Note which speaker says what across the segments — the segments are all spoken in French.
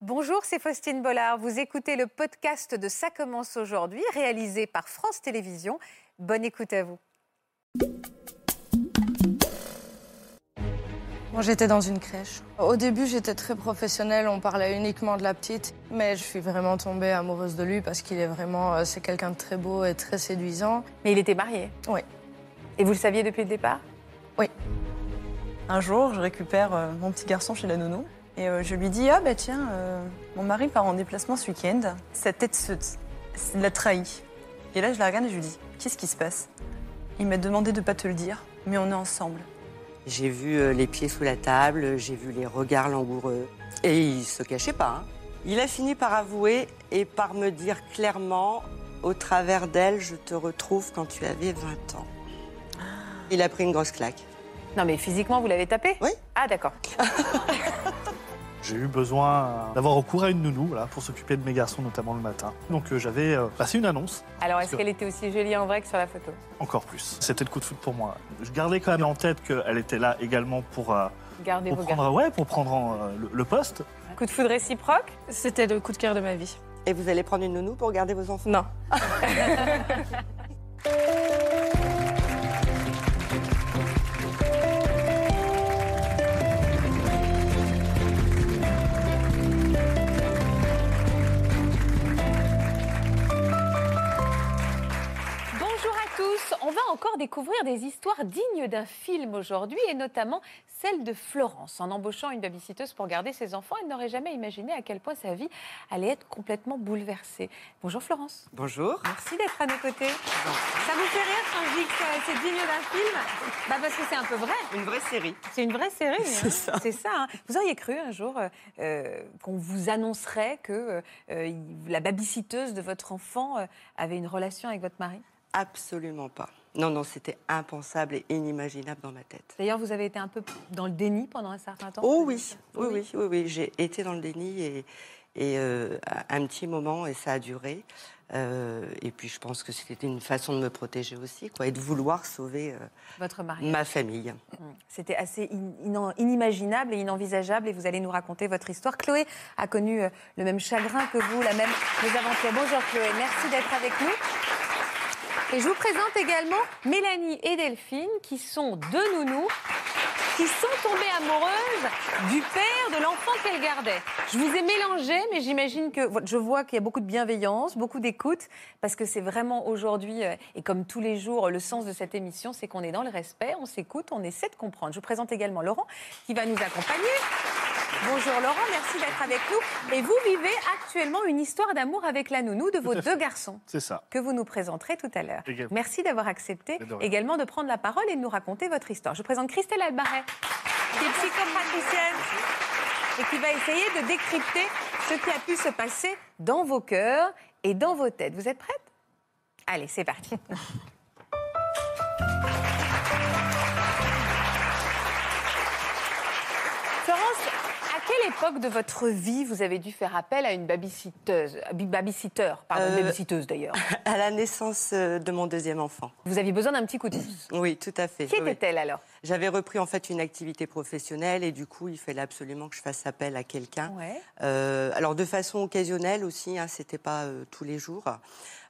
Speaker 1: Bonjour, c'est Faustine Bollard. Vous écoutez le podcast de Ça commence aujourd'hui, réalisé par France Télévisions. Bonne écoute à vous.
Speaker 2: Moi, j'étais dans une crèche. Au début, j'étais très professionnelle, on parlait uniquement de la petite, mais je suis vraiment tombée amoureuse de lui parce qu'il est vraiment, euh, c'est quelqu'un de très beau et très séduisant.
Speaker 1: Mais il était marié
Speaker 2: Oui.
Speaker 1: Et vous le saviez depuis le départ
Speaker 3: Un jour, je récupère euh, mon petit garçon chez la nounou et euh, je lui dis Ah, bah tiens, euh, mon mari part en déplacement ce week-end. Sa tête saute. Il l'a trahi. Et là, je la regarde et je lui dis Qu'est-ce qui se passe Il m'a demandé de pas te le dire, mais on est ensemble.
Speaker 4: J'ai vu euh, les pieds sous la table, j'ai vu les regards langoureux. Et il se cachait pas. hein. Il a fini par avouer et par me dire clairement, au travers d'elle, je te retrouve quand tu avais 20 ans. Il a pris une grosse claque.
Speaker 1: Non, mais physiquement, vous l'avez tapé
Speaker 4: Oui.
Speaker 1: Ah, d'accord.
Speaker 5: J'ai eu besoin euh, d'avoir recours à une nounou voilà, pour s'occuper de mes garçons, notamment le matin. Donc euh, j'avais euh, passé une annonce,
Speaker 1: Alors, est-ce
Speaker 5: Sûr.
Speaker 1: qu'elle était aussi jolie en vrai que sur la photo
Speaker 5: encore plus. C'était le coup de foot pour moi. Je gardais quand même en tête qu'elle était là également pour, euh,
Speaker 1: Gardez
Speaker 5: pour
Speaker 1: vos gardes.
Speaker 5: prendre, ouais, pour prendre en, euh, le, le poste.
Speaker 1: Coup de foudre réciproque
Speaker 2: C'était le coup de cœur de ma vie.
Speaker 4: Et vous allez prendre une nounou pour garder vos enfants
Speaker 2: Non.
Speaker 1: Bonjour à tous. On va encore découvrir des histoires dignes d'un film aujourd'hui et notamment celle de Florence. En embauchant une babysitteuse pour garder ses enfants, elle n'aurait jamais imaginé à quel point sa vie allait être complètement bouleversée. Bonjour Florence.
Speaker 4: Bonjour.
Speaker 1: Merci d'être à nos côtés. Ça vous fait rire quand je dis que c'est- c'est digne d'un film Bah parce que c'est un peu vrai.
Speaker 4: Une vraie série.
Speaker 1: C'est une vraie série. hein.
Speaker 4: C'est ça.
Speaker 1: C'est ça. hein. Vous auriez cru un jour euh, euh, qu'on vous annoncerait que euh, il- la babysitteuse de votre enfant euh, avait une relation avec votre mari
Speaker 4: Absolument pas. Non, non, c'était impensable et inimaginable dans ma tête.
Speaker 1: D'ailleurs, vous avez été un peu dans le déni pendant un certain temps. euh,
Speaker 4: Oh oui, oui, oui, oui, oui. J'ai été dans le déni et, et euh, un petit moment et ça a duré. Euh, et puis je pense que c'était une façon de me protéger aussi, quoi, et de vouloir sauver euh,
Speaker 1: Votre mari.
Speaker 4: ma famille.
Speaker 1: C'était assez in- inan- inimaginable et inenvisageable et vous allez nous raconter votre histoire. Chloé a connu euh, le même chagrin que vous, la même mésaventure. Bonjour Chloé, merci d'être avec nous. Et je vous présente également Mélanie et Delphine qui sont deux nounous qui sont tombées amoureuses du père de l'enfant qu'elles gardaient. Je vous ai mélangé, mais j'imagine que je vois qu'il y a beaucoup de bienveillance, beaucoup d'écoute, parce que c'est vraiment aujourd'hui, euh, et comme tous les jours, le sens de cette émission, c'est qu'on est dans le respect, on s'écoute, on essaie de comprendre. Je vous présente également Laurent, qui va nous accompagner. Bonjour Laurent, merci d'être avec nous. Et vous vivez actuellement une histoire d'amour avec la nounou de vos
Speaker 5: à fait.
Speaker 1: deux garçons
Speaker 5: C'est ça.
Speaker 1: que vous nous présenterez tout à l'heure.
Speaker 5: Également.
Speaker 1: Merci d'avoir accepté
Speaker 5: De rien.
Speaker 1: également de prendre la parole et de nous raconter votre histoire. Je vous présente Christelle Albaret, qui est psychopraticienne et qui va essayer de décrypter ce qui a pu se passer dans vos cœurs et dans vos têtes. Vous êtes prête Allez, c'est parti. Florence, à quelle époque de votre vie vous avez dû faire appel à une babysitteuse, babysitter, pardon,
Speaker 4: Euh,
Speaker 1: babysitteuse d'ailleurs
Speaker 4: À la naissance euh, de mon deuxième enfant.
Speaker 1: Vous aviez besoin d'un petit coup de pouce.
Speaker 4: Oui, tout à fait.
Speaker 1: Qui
Speaker 4: oui, oui.
Speaker 1: était-elle alors
Speaker 4: J'avais repris en fait une activité professionnelle et du coup, il fallait absolument que je fasse appel à quelqu'un.
Speaker 1: Ouais.
Speaker 4: Euh, alors de façon occasionnelle aussi, hein, c'était pas euh, tous les jours.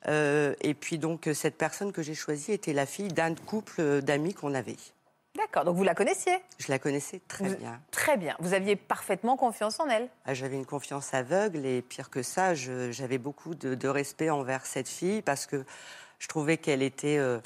Speaker 4: Euh, et puis donc euh, cette personne que j'ai choisie était la fille d'un couple euh, d'amis qu'on avait.
Speaker 1: D'accord, donc vous la connaissiez
Speaker 4: Je la connaissais très
Speaker 1: Vous-
Speaker 4: bien.
Speaker 1: Très bien. Vous aviez parfaitement confiance en elle.
Speaker 4: Ah, J'avais une confiance aveugle et pire que ça, je- j'avais beaucoup de, de respect envers cette fille parce que je trouvais qu'elle était, euh,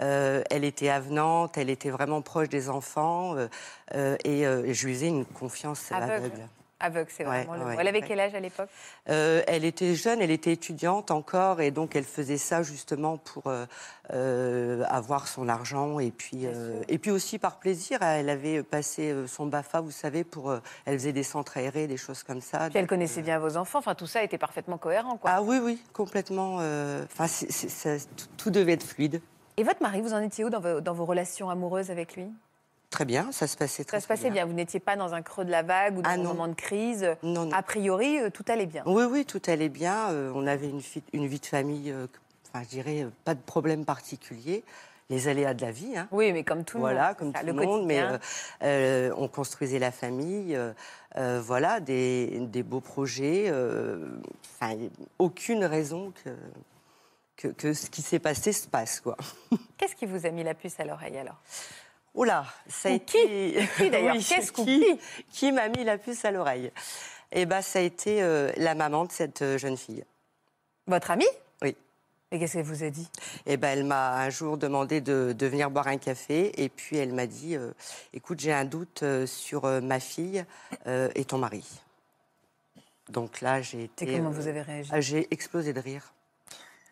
Speaker 4: euh, elle était avenante, elle était vraiment proche des enfants euh, euh, et euh, je lui faisais une confiance
Speaker 1: Aveugle.
Speaker 4: aveugle.
Speaker 1: Aveugle, c'est
Speaker 4: Ouais,
Speaker 1: vraiment le mot.
Speaker 4: ouais,
Speaker 1: Elle avait
Speaker 4: ouais.
Speaker 1: quel âge à l'époque
Speaker 4: Euh, elle était jeune, elle était étudiante encore et donc elle faisait ça justement pour euh, euh, avoir son argent et puis
Speaker 1: Bien
Speaker 4: euh,
Speaker 1: sûr.
Speaker 4: et puis aussi par plaisir. Elle avait passé euh, son Bafa, vous savez, pour euh, elle faisait des centres aérés, des choses comme ça.
Speaker 1: Puis elle
Speaker 4: Donc,
Speaker 1: connaissait
Speaker 4: euh,
Speaker 1: bien vos enfants. Enfin, tout ça était parfaitement cohérent, quoi.
Speaker 4: Ah oui, oui, complètement. euh, Enfin, c'est- c'est- ça- tout, tout devait être fluide.
Speaker 1: Et votre mari, vous en étiez où dans vos, dans vos relations amoureuses avec lui
Speaker 4: Très bien, ça se passait très,
Speaker 1: Ça se passait
Speaker 4: très
Speaker 1: bien. Vous n'étiez pas dans un creux de la vague ou dans
Speaker 4: Ah
Speaker 1: un
Speaker 4: non.
Speaker 1: moment de crise.
Speaker 4: Non, non.
Speaker 1: A priori, euh, tout allait bien.
Speaker 4: Oui, oui, tout allait bien. euh, on avait une, fi- une vie de famille, euh, que- enfin, je dirais, euh, pas de problème particulier. les aléas de la vie. hein.
Speaker 1: Oui, mais comme tout le
Speaker 4: voilà,
Speaker 1: monde.
Speaker 4: comme
Speaker 1: c'est ça,
Speaker 4: tout le monde, mais
Speaker 1: quotidien.
Speaker 4: euh, euh, on construisait la famille, euh, euh, voilà, des, des beaux projets. euh, Enfin, aucune raison que, que, que ce qui s'est passé se passe, quoi.
Speaker 1: Qu'est-ce qui vous a mis la puce à l'oreille alors
Speaker 4: Oh là, ça a
Speaker 1: Ou qui
Speaker 4: été...
Speaker 1: Qui, d'ailleurs
Speaker 4: Oui,
Speaker 1: Qu'est-ce qu'on
Speaker 4: qui,
Speaker 1: dit
Speaker 4: qui m'a mis la puce à l'oreille Eh ben, ça a été euh, la maman de cette euh, jeune fille.
Speaker 1: Votre ami
Speaker 4: Oui.
Speaker 1: Mais qu'est-ce qu'elle vous a dit
Speaker 4: Eh ben, elle m'a un jour demandé de, de venir boire un café et puis elle m'a dit, euh, écoute, j'ai un doute euh, sur euh, ma fille euh, et ton mari. Donc là, j'ai
Speaker 1: Et,
Speaker 4: été...
Speaker 1: comment
Speaker 4: euh,
Speaker 1: vous avez réagi
Speaker 4: ah, J'ai explosé de rire.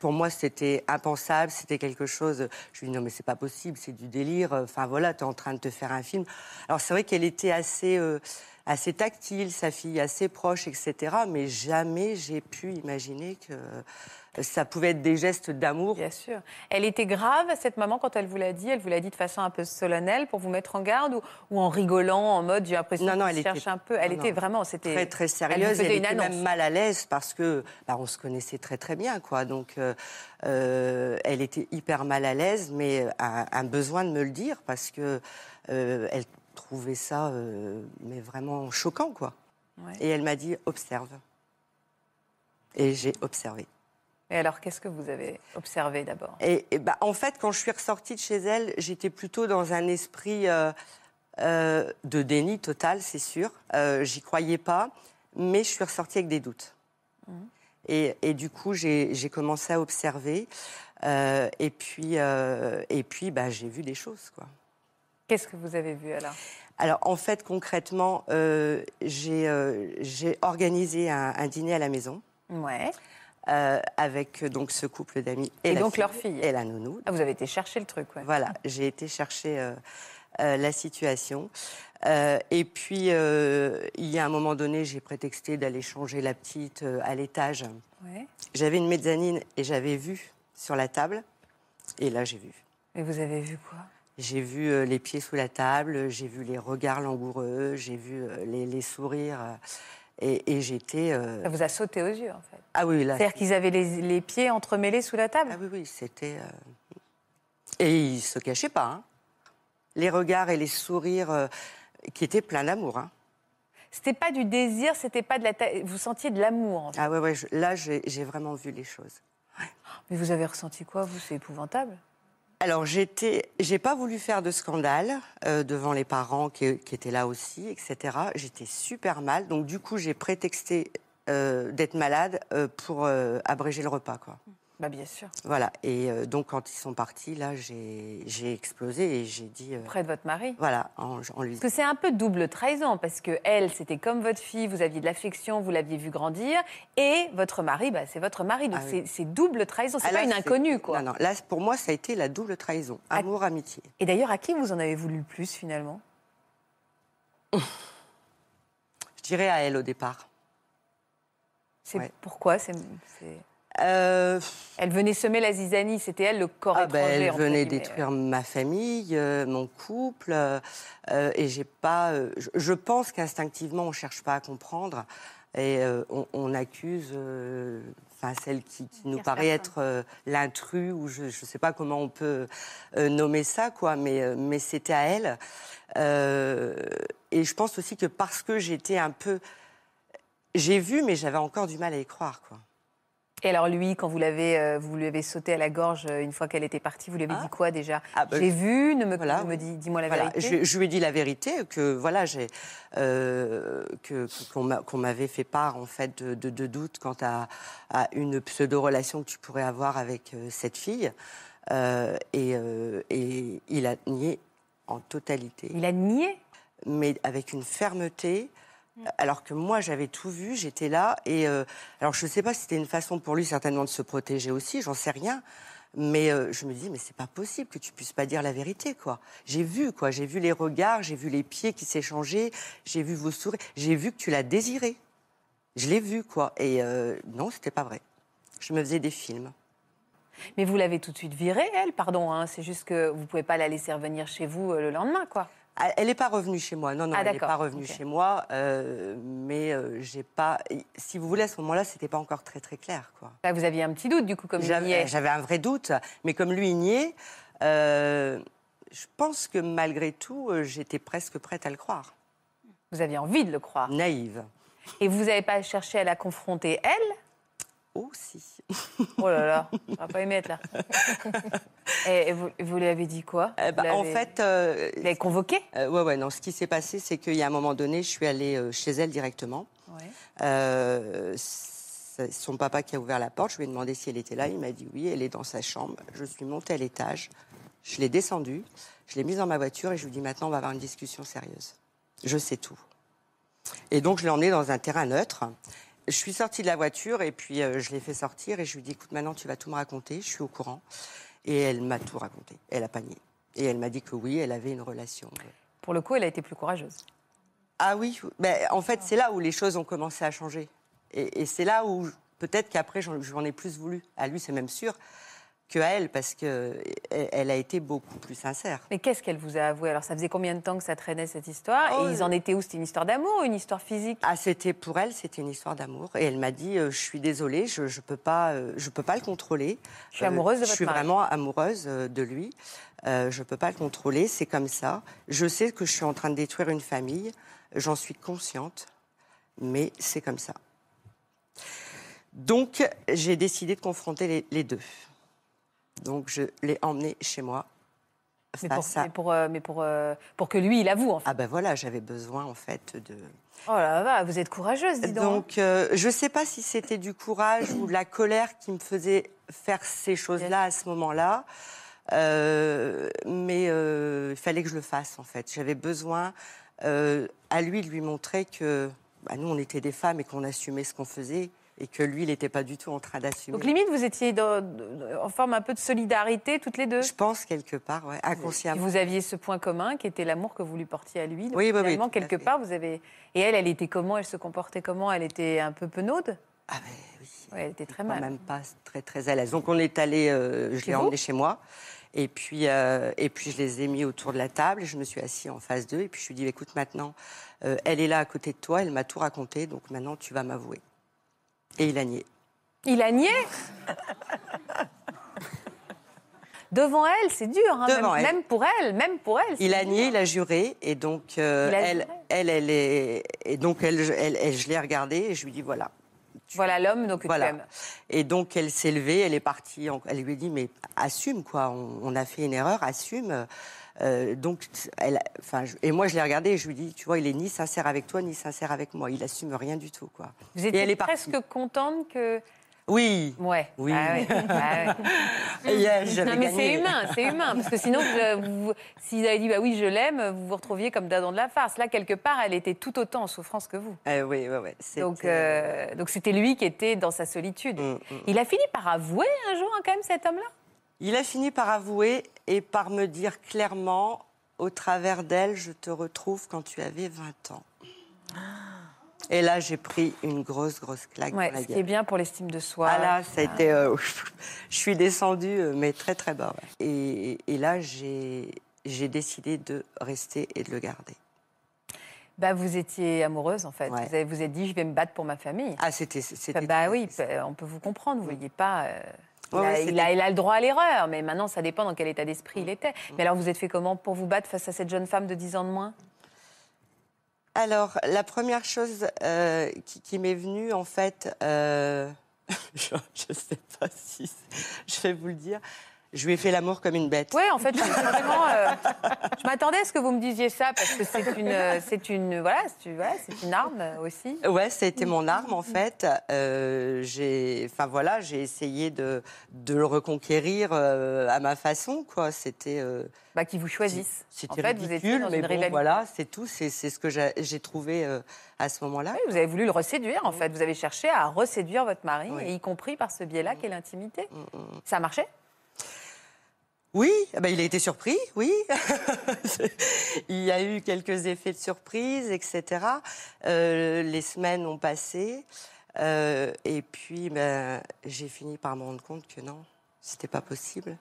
Speaker 4: Pour moi, c'était impensable, c'était quelque chose. Je lui ai dit non, mais c'est pas possible, c'est du délire. euh, Enfin voilà, t'es en train de te faire un film. Alors c'est vrai qu'elle était assez, euh, assez tactile, sa fille, assez proche, etc. Mais jamais j'ai pu imaginer que ça pouvait être des gestes d'amour.
Speaker 1: Bien sûr. Elle était grave, cette maman, quand elle vous l'a dit Elle vous l'a dit de façon un peu solennelle pour vous mettre en garde ou, ou en rigolant, en mode j'ai l'impression
Speaker 4: Non, non,
Speaker 1: qu'on
Speaker 4: elle
Speaker 1: se cherche
Speaker 4: était-
Speaker 1: un peu Elle
Speaker 4: non,
Speaker 1: était
Speaker 4: non.
Speaker 1: vraiment. C'était
Speaker 4: Très très
Speaker 1: Elle vous
Speaker 4: sérieuse,
Speaker 1: faisait
Speaker 4: elle,
Speaker 1: une
Speaker 4: était
Speaker 1: annonce.
Speaker 4: même mal à l'aise parce que bah, on se connaissait très très bien quoi. Donc euh, euh, elle était hyper mal à l'aise, mais un, un besoin de me le dire parce que euh, elle trouvait ça euh, mais vraiment choquant quoi.
Speaker 1: Ouais.
Speaker 4: Et elle m'a dit observe. Et j'ai observé.
Speaker 1: Et alors, qu'est-ce que vous avez observé d'abord
Speaker 4: Et, et bah, en fait, quand je suis ressortie de chez elle, j'étais plutôt dans un esprit euh, euh, de déni total, c'est sûr. Euh, J'y croyais pas, mais je suis ressortie avec des doutes.
Speaker 1: hein
Speaker 4: Et, et du coup, j'ai j'ai commencé à observer. euh, et puis, euh, et puis bah, j'ai vu des choses, quoi.
Speaker 1: Qu'est-ce que vous avez vu alors
Speaker 4: Alors, en fait, concrètement, euh, j'ai euh, j'ai organisé un, un dîner à la maison
Speaker 1: Ouais.
Speaker 4: euh, avec euh, donc ce couple d'amis et,
Speaker 1: Et
Speaker 4: la
Speaker 1: donc leur fille.
Speaker 4: et la nounou.
Speaker 1: Ah, vous avez été chercher le truc, ouais.
Speaker 4: Voilà, j'ai été chercher euh, euh, la situation. Euh, et puis, euh, il y a un moment donné, j'ai prétexté d'aller changer la petite euh, à l'étage.
Speaker 1: Ouais.
Speaker 4: J'avais une mezzanine et j'avais vu sur la table. Et là, j'ai vu.
Speaker 1: Mais vous avez vu quoi
Speaker 4: J'ai vu euh, les pieds sous la table, j'ai vu les regards langoureux, j'ai vu euh, les, les sourires. euh, et et j'étais. euh,
Speaker 1: Ça Ah, vous a sauté aux yeux, en fait.
Speaker 4: Ah oui, là.
Speaker 1: C'est-à-dire qu'ils avaient les, les pieds entremêlés sous la table
Speaker 4: Ah oui, oui, c'était. euh, Et il se cachait pas. hein. Les regards et les sourires euh, qui étaient pleins d'amour. hein.
Speaker 1: C'était pas du désir, c'était pas de la. ta- Vous sentiez de l'amour, en fait.
Speaker 4: Ah ouais, ouais, je- là, j'ai j'ai vraiment vu les choses.
Speaker 1: Mais vous avez ressenti quoi, vous C'est épouvantable.
Speaker 4: Alors, j'étais, j'ai pas voulu faire de scandale euh, devant les parents qui, qui étaient là aussi, etc. J'étais super mal. Donc, du coup, j'ai prétexté euh, d'être malade euh, pour euh, abréger le repas, quoi.
Speaker 1: Bah, bien sûr.
Speaker 4: Voilà. Et euh, donc, quand ils sont partis, là, j'ai j'ai explosé et j'ai dit... euh,
Speaker 1: Près de votre mari
Speaker 4: voilà, en, en lui
Speaker 1: Parce que c'est un peu double trahison, parce que elle, c'était comme votre fille, vous aviez de l'affection, vous l'aviez vu grandir, et votre mari, bah, c'est votre mari. Donc
Speaker 4: Ah oui.
Speaker 1: c'est- c'est double trahison, c'est
Speaker 4: Ah,
Speaker 1: pas
Speaker 4: là,
Speaker 1: une inconnue, quoi.
Speaker 4: Non, non, là, pour moi, ça a été la double trahison.
Speaker 1: Ah.
Speaker 4: Amour, amitié.
Speaker 1: Et d'ailleurs, à qui vous en avez voulu le plus, finalement
Speaker 4: Je dirais à elle au départ.
Speaker 1: C'est
Speaker 4: Ouais.
Speaker 1: pourquoi c'est- c'est-
Speaker 4: Euh,
Speaker 1: Elle venait semer la zizanie, c'était elle le corps
Speaker 4: ah, ben,
Speaker 1: étranger.
Speaker 4: elle
Speaker 1: entre
Speaker 4: venait
Speaker 1: guillemets.
Speaker 4: détruire ma famille, euh, mon couple. euh, euh, et j'ai pas. euh, je, je pense qu'instinctivement, on cherche pas à comprendre. Et euh, on, on accuse euh, enfin, celle qui, qui nous
Speaker 6: Tierce
Speaker 4: paraît être
Speaker 6: personne.
Speaker 4: euh, l'intrus, ou je ne sais pas comment on peut euh, nommer ça, quoi, mais, euh, mais c'était à elle. Euh, et je pense aussi que parce que j'étais un peu. J'ai vu, mais j'avais encore du mal à y croire, quoi.
Speaker 1: Et alors lui, quand vous l'avez, euh, vous lui avez sauté à la gorge euh, une fois qu'elle était partie, vous lui avez
Speaker 4: Ah.
Speaker 1: dit quoi déjà
Speaker 4: Ah, ben,
Speaker 1: J'ai vu, ne me,
Speaker 4: voilà,
Speaker 1: ne me dis, dis-moi la
Speaker 4: Voilà,
Speaker 1: vérité.
Speaker 4: je, je lui ai dit la vérité, que voilà, j'ai euh, que- que- qu'on m'a- qu'on m'avait fait part en fait de, de- de doutes quant à, à une pseudo relation que tu pourrais avoir avec euh, cette fille, Euh, et, euh, et il a nié en totalité,
Speaker 1: Il a nié.
Speaker 4: mais avec une fermeté. Mm. Alors que moi j'avais tout vu, j'étais là et euh, alors je sais pas si c'était une façon pour lui certainement de se protéger aussi, j'en sais rien. Mais euh, je me dis, mais c'est pas possible que tu puisses pas dire la vérité, quoi. J'ai vu, quoi. J'ai vu les regards, j'ai vu les pieds qui s'échangeaient, j'ai vu vos sourires, j'ai vu que tu l'as désiré. Je l'ai vu, quoi. Et euh, non, c'était pas vrai. Je me faisais des films.
Speaker 1: Mais vous l'avez tout de suite virée, elle, pardon. hein, c'est juste que vous pouvez pas la laisser revenir chez vous euh, le lendemain, quoi.
Speaker 4: Ah, Elle n'est pas revenue chez moi. Non, non,
Speaker 1: Ah,
Speaker 4: elle n'est
Speaker 1: d'accord.
Speaker 4: pas revenue
Speaker 1: Ok.
Speaker 4: chez moi. euh, mais euh, j'ai pas. Si vous voulez, à ce moment-là, c'était pas encore très très clair, quoi.
Speaker 1: Bah, Là, vous aviez un petit doute, du coup, comme il
Speaker 4: J'avais
Speaker 1: niait.
Speaker 4: j'avais un vrai doute, mais comme lui il niait, euh, je pense que malgré tout, euh, j'étais presque prête à le croire.
Speaker 1: Vous aviez envie de le croire.
Speaker 4: Naïve
Speaker 1: Et vous n'avez pas cherché à la confronter, elle
Speaker 4: aussi.
Speaker 1: Oh là là, on va pas y mettre là. et, et vous, vous lui avez dit quoi
Speaker 4: Eh ben,
Speaker 1: Vous
Speaker 4: en
Speaker 1: l'avez-
Speaker 4: fait, euh,
Speaker 1: Vous l'avez convoquée
Speaker 4: euh, ouais, ouais, non, ce qui s'est passé, c'est qu'il y a un moment donné, je suis allée euh, chez elle directement. Euh, c'est son papa qui a ouvert la porte, je lui ai demandé si elle était là. Il m'a dit oui, elle est dans sa chambre. Je suis montée à l'étage, je l'ai descendue, je l'ai mise dans ma voiture et je lui ai dit maintenant, on va avoir une discussion sérieuse. Je sais tout. Et donc, je l'ai emmenée dans un terrain neutre. Je suis sortie de la voiture et puis euh, je l'ai fait sortir et je lui ai dit écoute, maintenant, tu vas tout me raconter, je suis au courant. Et elle m'a tout raconté. Elle a panié. Et elle m'a dit que oui, elle avait une relation. euh,
Speaker 1: Pour le coup, elle a été plus courageuse.
Speaker 4: Ah oui, ben, en fait, c'est là où les choses ont commencé à changer. Et, et c'est là où je- peut-être qu'après, j'en j'en ai plus voulu. À lui, c'est même sûr, qu'à elle, parce qu'elle elle a été beaucoup plus sincère.
Speaker 1: Mais qu'est-ce qu'elle vous a avoué Alors, ça faisait combien de temps que ça traînait cette histoire
Speaker 4: Oh,
Speaker 1: Et ils en étaient où C'était une histoire d'amour ou une histoire physique
Speaker 4: Ah, c'était pour elle, c'était une histoire d'amour. Et elle m'a dit, euh, je suis désolée, je ne peux pas, euh, je peux pas le contrôler. Euh,
Speaker 1: Je suis amoureuse de
Speaker 4: Je
Speaker 1: votre
Speaker 4: suis
Speaker 1: mari.
Speaker 4: vraiment amoureuse euh, de lui. Euh, je peux pas le contrôler, c'est comme ça. Je sais que je suis en train de détruire une famille. J'en suis consciente, mais c'est comme ça. Donc, j'ai décidé de confronter les, les deux. Donc, je l'ai emmené chez moi.
Speaker 1: Mais
Speaker 4: face
Speaker 1: pour,
Speaker 4: à-
Speaker 1: mais pour, euh, mais pour, euh, pour que lui, il avoue, en fait.
Speaker 4: Ah ben voilà, j'avais besoin en fait de...
Speaker 1: Oh là là, vous êtes courageuse, dis donc.
Speaker 4: Donc, euh, je ne sais pas si c'était du courage ou de la colère qui me faisait faire ces choses-là à ce moment-là. Euh, mais euh, il fallait que je le fasse, en fait. J'avais besoin euh, à lui de lui montrer que bah, nous, on était des femmes et qu'on assumait ce qu'on faisait et que lui, il n'était pas du tout en train d'assumer.
Speaker 1: Donc, limite, vous étiez dans- en forme un peu de solidarité, toutes les deux.
Speaker 4: Je pense quelque part, ouais,
Speaker 1: Et
Speaker 4: inconsciemment.
Speaker 1: vous aviez ce point commun qui était l'amour que vous lui portiez à lui. Donc,
Speaker 4: Oui, oui, oui,
Speaker 1: finalement,
Speaker 4: tout à
Speaker 1: quelque
Speaker 4: fait.
Speaker 1: part, vous avez. Et elle, elle était comment Elle se comportait comment Elle était un peu penaude
Speaker 4: Ah ben oui.
Speaker 1: Oui, elle était très
Speaker 4: quand
Speaker 1: mal.
Speaker 4: même pas très très à l'aise. Donc on est allé, euh, je l'ai
Speaker 1: vous
Speaker 4: emmené chez moi, et puis euh, et puis je les ai mis autour de la table. Je me suis assis en face d'eux, et puis je lui ai dit écoute maintenant, euh, elle est là à côté de toi, elle m'a tout raconté, donc maintenant tu vas m'avouer. Et il a nié.
Speaker 1: Il a nié Devant elle, c'est dur. hein,
Speaker 4: Devant
Speaker 1: même,
Speaker 4: elle.
Speaker 1: même pour elle, même pour elle. c'est
Speaker 4: Il a
Speaker 1: dur.
Speaker 4: nié, il a juré, et donc euh,
Speaker 1: Il a
Speaker 4: elle,
Speaker 1: juré.
Speaker 4: elle elle est et donc elle elle, elle- je l'ai regardée et je lui dis voilà. tu-
Speaker 1: Voilà l'homme donc, que
Speaker 4: Voilà.
Speaker 1: tu aimes.
Speaker 4: Et donc elle s'est levée, elle est partie. en- Elle lui a dit mais assume quoi, on, on a fait une erreur, assume. Euh, donc elle, enfin je- et moi je l'ai regardée et je lui dis tu vois il est ni sincère avec toi ni sincère avec moi, il assume rien du tout quoi.
Speaker 1: Vous
Speaker 4: elle
Speaker 1: étiez
Speaker 4: est partie.
Speaker 1: presque contente que.
Speaker 4: Oui.
Speaker 1: Ouais.
Speaker 4: Oui.
Speaker 1: Ah ouais, ah ouais.
Speaker 4: Et, euh, j'avais
Speaker 1: Non, mais
Speaker 4: gagné.
Speaker 1: c'est humain, c'est humain. Parce que sinon, vous, euh, vous- s'ils avaient dit bah oui, je l'aime, vous vous retrouviez comme Dadon de la farce. Là, quelque part, elle était tout autant en souffrance que vous.
Speaker 4: Euh, oui ouais, ouais. C'était-
Speaker 1: Donc, euh, donc c'était lui qui était dans sa solitude.
Speaker 4: Mm, mm.
Speaker 1: Il a fini par avouer un jour, hein, quand même, cet homme-là.
Speaker 4: Il a fini par avouer et par me dire clairement au travers d'elle je te retrouve quand tu avais 20 ans. Et là j'ai pris une grosse grosse claque.
Speaker 1: Ouais,
Speaker 4: dans la
Speaker 1: ce qui
Speaker 4: gueule.
Speaker 1: est bien pour l'estime de soi.
Speaker 4: Ah là, ça a été. euh, je suis descendue, euh, mais très très bas. ouais. Et, et là, j'ai j'ai décidé de rester et de le garder.
Speaker 1: Bah, vous étiez amoureuse, en fait.
Speaker 4: Ouais.
Speaker 1: Vous avez, vous êtes dit, je vais me battre pour ma famille.
Speaker 4: Ah, c'était. c'était- Mm.
Speaker 1: Bah, bah oui, bah, on peut vous comprendre. Vous vouliez pas. euh, il,
Speaker 4: Ouais, Mm.
Speaker 1: a,
Speaker 4: ouais,
Speaker 1: il a- il a le droit à l'erreur, mais maintenant, ça dépend dans quel état d'esprit il était. Mais alors, vous êtes fait comment pour vous battre face à cette jeune femme de 10 ans de moins
Speaker 4: Alors, la première chose euh, qui, qui m'est venue, en fait, euh, je ne sais pas si c'est- je vais vous le dire, je lui ai fait l'amour comme une bête.
Speaker 1: Oui, en fait, je, suis vraiment, euh, je m'attendais à ce que vous me disiez ça, parce que c'est une, euh, c'est une, voilà, c'est une- voilà, c'est une arme euh, aussi.
Speaker 4: Ouais, ça a été mon arme en fait. Euh, j'ai, enfin voilà, j'ai essayé de, de le reconquérir euh, à ma façon quoi. C'était euh,
Speaker 1: Bah, qui vous choisissent.
Speaker 4: C'était
Speaker 1: En fait, vous
Speaker 4: ridicule,
Speaker 1: étiez dans
Speaker 4: mais
Speaker 1: une
Speaker 4: bon,
Speaker 1: rivalité.
Speaker 4: voilà, c'est tout. C'est c'est ce que j'a- j'ai trouvé euh, à ce moment-là.
Speaker 1: Oui, vous avez voulu le reséduire, en fait. Vous avez cherché à reséduire votre mari,
Speaker 4: Oui. Mm.
Speaker 1: et y compris par ce biais-là qu'est l'intimité. Ça a marché
Speaker 4: Oui, ah bah, il a été surpris, oui. il y a eu quelques effets de surprise, etc. Euh, les semaines ont passé. euh, et puis, ben, j'ai fini par me rendre compte que non, c'était pas possible.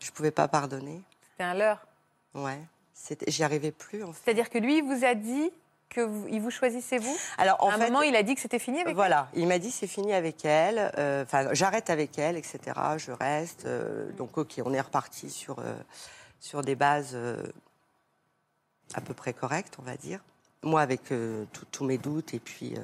Speaker 4: Je pouvais pas pardonner.
Speaker 1: C'était un leurre.
Speaker 4: Ouais. C'était- J'y arrivais plus, en fait.
Speaker 1: C'est-à-dire que lui, il vous a dit que vous, il vous choisissez vous
Speaker 4: Alors, en
Speaker 1: À un
Speaker 4: fait,
Speaker 1: moment, il a dit que c'était fini avec
Speaker 4: Voilà, il m'a dit c'est fini avec elle, euh, enfin j'arrête avec elle, etc. Je reste. euh, donc ok, on est reparti sur, euh, sur des bases euh, à peu près correctes, on va dire. Moi avec euh, tout- tous mes doutes et puis, euh,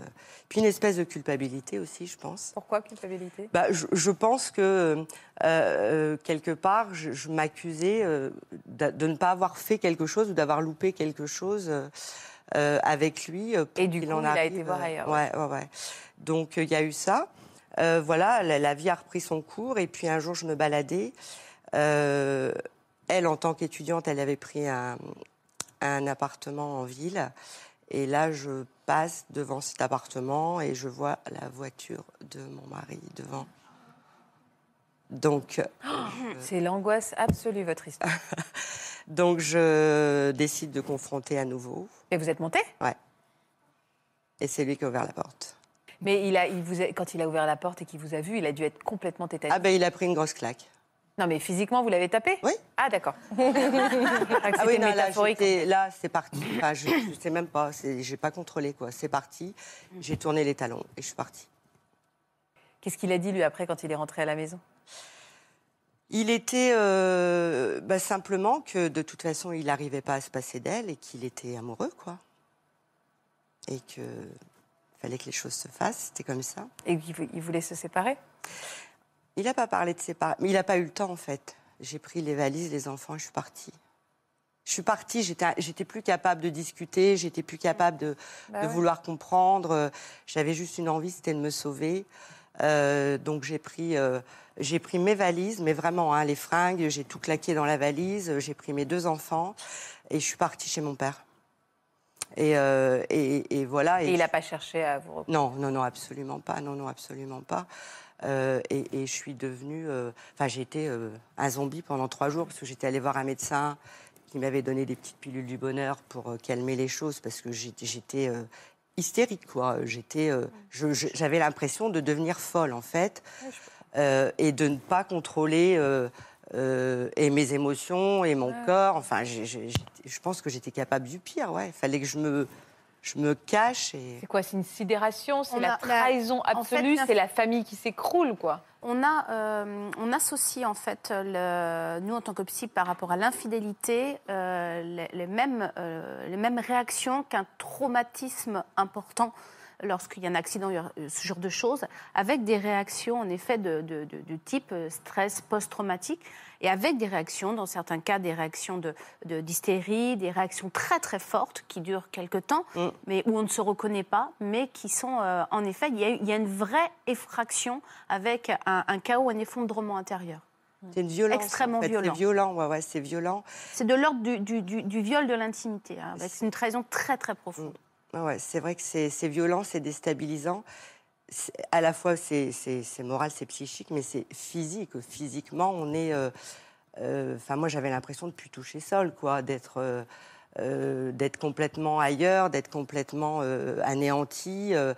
Speaker 4: puis une espèce de culpabilité aussi, je pense.
Speaker 1: Pourquoi culpabilité
Speaker 4: Bah, je, je pense que euh, euh, quelque part, je, je m'accusais euh, d'a- de ne pas avoir fait quelque chose ou d'avoir loupé quelque chose euh, euh, avec lui. euh, pour
Speaker 1: Et du
Speaker 4: qu'il
Speaker 1: coup,
Speaker 4: en
Speaker 1: il a
Speaker 4: arrive,
Speaker 1: été voir
Speaker 4: euh,
Speaker 1: ailleurs,
Speaker 4: Ouais, ouais, ouais. Donc euh, il y a eu ça. Euh, voilà, la, la vie a repris son cours. Et puis un jour, je me baladais. Euh, elle, en tant qu'étudiante, elle avait pris un, un appartement en ville. Et là, je passe devant cet appartement et je vois la voiture de mon mari devant. Donc, euh,
Speaker 1: Oh, C'est l'angoisse absolue, votre histoire.
Speaker 4: donc je décide de confronter à nouveau.
Speaker 1: Mais vous êtes monté
Speaker 4: Et c'est lui qui a ouvert la porte.
Speaker 1: Mais il a, il vous a- quand il a ouvert la porte et qu'il vous a vu, il a dû être complètement tétanisé.
Speaker 4: Ah ben, il a pris une grosse claque.
Speaker 1: Non, mais physiquement, vous l'avez tapé
Speaker 4: Oui.
Speaker 1: Ah, d'accord. ah,
Speaker 4: Ah oui, non, là,
Speaker 1: métaphorique.
Speaker 4: j'étais- là, c'est parti. Enfin, je, je sais même pas. c'est- J'ai pas contrôlé quoi. C'est parti. J'ai tourné les talons et je suis partie.
Speaker 1: Qu'est-ce qu'il a dit, lui, après, quand il est rentré à la maison
Speaker 4: Il était euh, bah, simplement que de toute façon, il n'arrivait pas à se passer d'elle et qu'il était amoureux, quoi. Et que fallait que les choses se fassent, c'était comme ça.
Speaker 1: Et qu'il vou- il voulait se séparer
Speaker 4: Il n'a pas parlé de séparer, mais il n'a pas eu le temps en fait. J'ai pris les valises, les enfants, et je suis partie. Je suis partie, j'étais j'étais plus capable de discuter, j'étais plus capable de,
Speaker 1: Bah
Speaker 4: de
Speaker 1: ouais.
Speaker 4: vouloir comprendre. euh, J'avais juste une envie, c'était de me sauver. Euh, donc j'ai pris, euh, j'ai pris mes valises, mais vraiment hein, les fringues, j'ai tout claqué dans la valise, euh, j'ai pris mes deux enfants et je suis partie chez mon père. Et, euh, et, et voilà.
Speaker 1: Et il n'a pas cherché à vous reprendre.
Speaker 4: Non, non, non, absolument pas. Non, non, absolument pas. Euh, et, et je suis devenue. euh, Enfin, j'ai été euh, un zombie pendant trois jours parce que j'étais allée voir un médecin qui m'avait donné des petites pilules du bonheur pour euh, calmer les choses parce que j'étais- j'étais euh, hystérique, quoi. J'étais, euh, je- je- j'avais l'impression de devenir folle en fait euh, et de ne pas contrôler. euh, euh, et mes émotions et mon corps, enfin, j'ai- j'ai- j'étais- je pense que j'étais capable du pire. Ouais, il fallait que je me, je me cache et
Speaker 1: C'est quoi C'est une sidération C'est
Speaker 6: On
Speaker 1: la
Speaker 6: a- la-
Speaker 1: trahison
Speaker 6: en fait,
Speaker 1: absolue
Speaker 6: la-
Speaker 1: C'est la famille qui s'écroule, quoi.
Speaker 6: On, a, euh, on associe en fait, le, nous en tant que psy, par rapport à l'infidélité, euh, les, les mêmes, euh, les mêmes réactions qu'un traumatisme important lorsqu'il y a un accident, il y a euh, ce genre de choses, avec des réactions en effet de, de- de- du type euh, stress post-traumatique, et avec des réactions, dans certains cas, des réactions de- de- d'hystérie, des réactions très très fortes qui durent quelque temps,
Speaker 4: Mm.
Speaker 6: mais où on ne se reconnaît pas, mais qui sont euh, en effet, il y, a, il y a une vraie effraction avec un, un chaos, un effondrement intérieur.
Speaker 4: C'est une violence.
Speaker 6: Mm. Extrêmement
Speaker 4: en fait.
Speaker 6: violent.
Speaker 4: C'est violent, ouais, ouais, c'est violent.
Speaker 6: C'est de l'ordre du, du- du- du viol de l'intimité, hein, avec une trahison très très
Speaker 1: Mm.
Speaker 6: profonde.
Speaker 4: Ouais, ouais, c'est vrai que c'est c'est violent, c'est déstabilisant. C'est- À la fois, c'est- c'est c'est moral, c'est psychique, mais c'est physique. Physiquement, on est. euh, euh, Enfin, moi, j'avais l'impression de plus toucher sol, quoi, d'être. euh, euh, d'être complètement ailleurs, d'être complètement euh, anéanti. euh,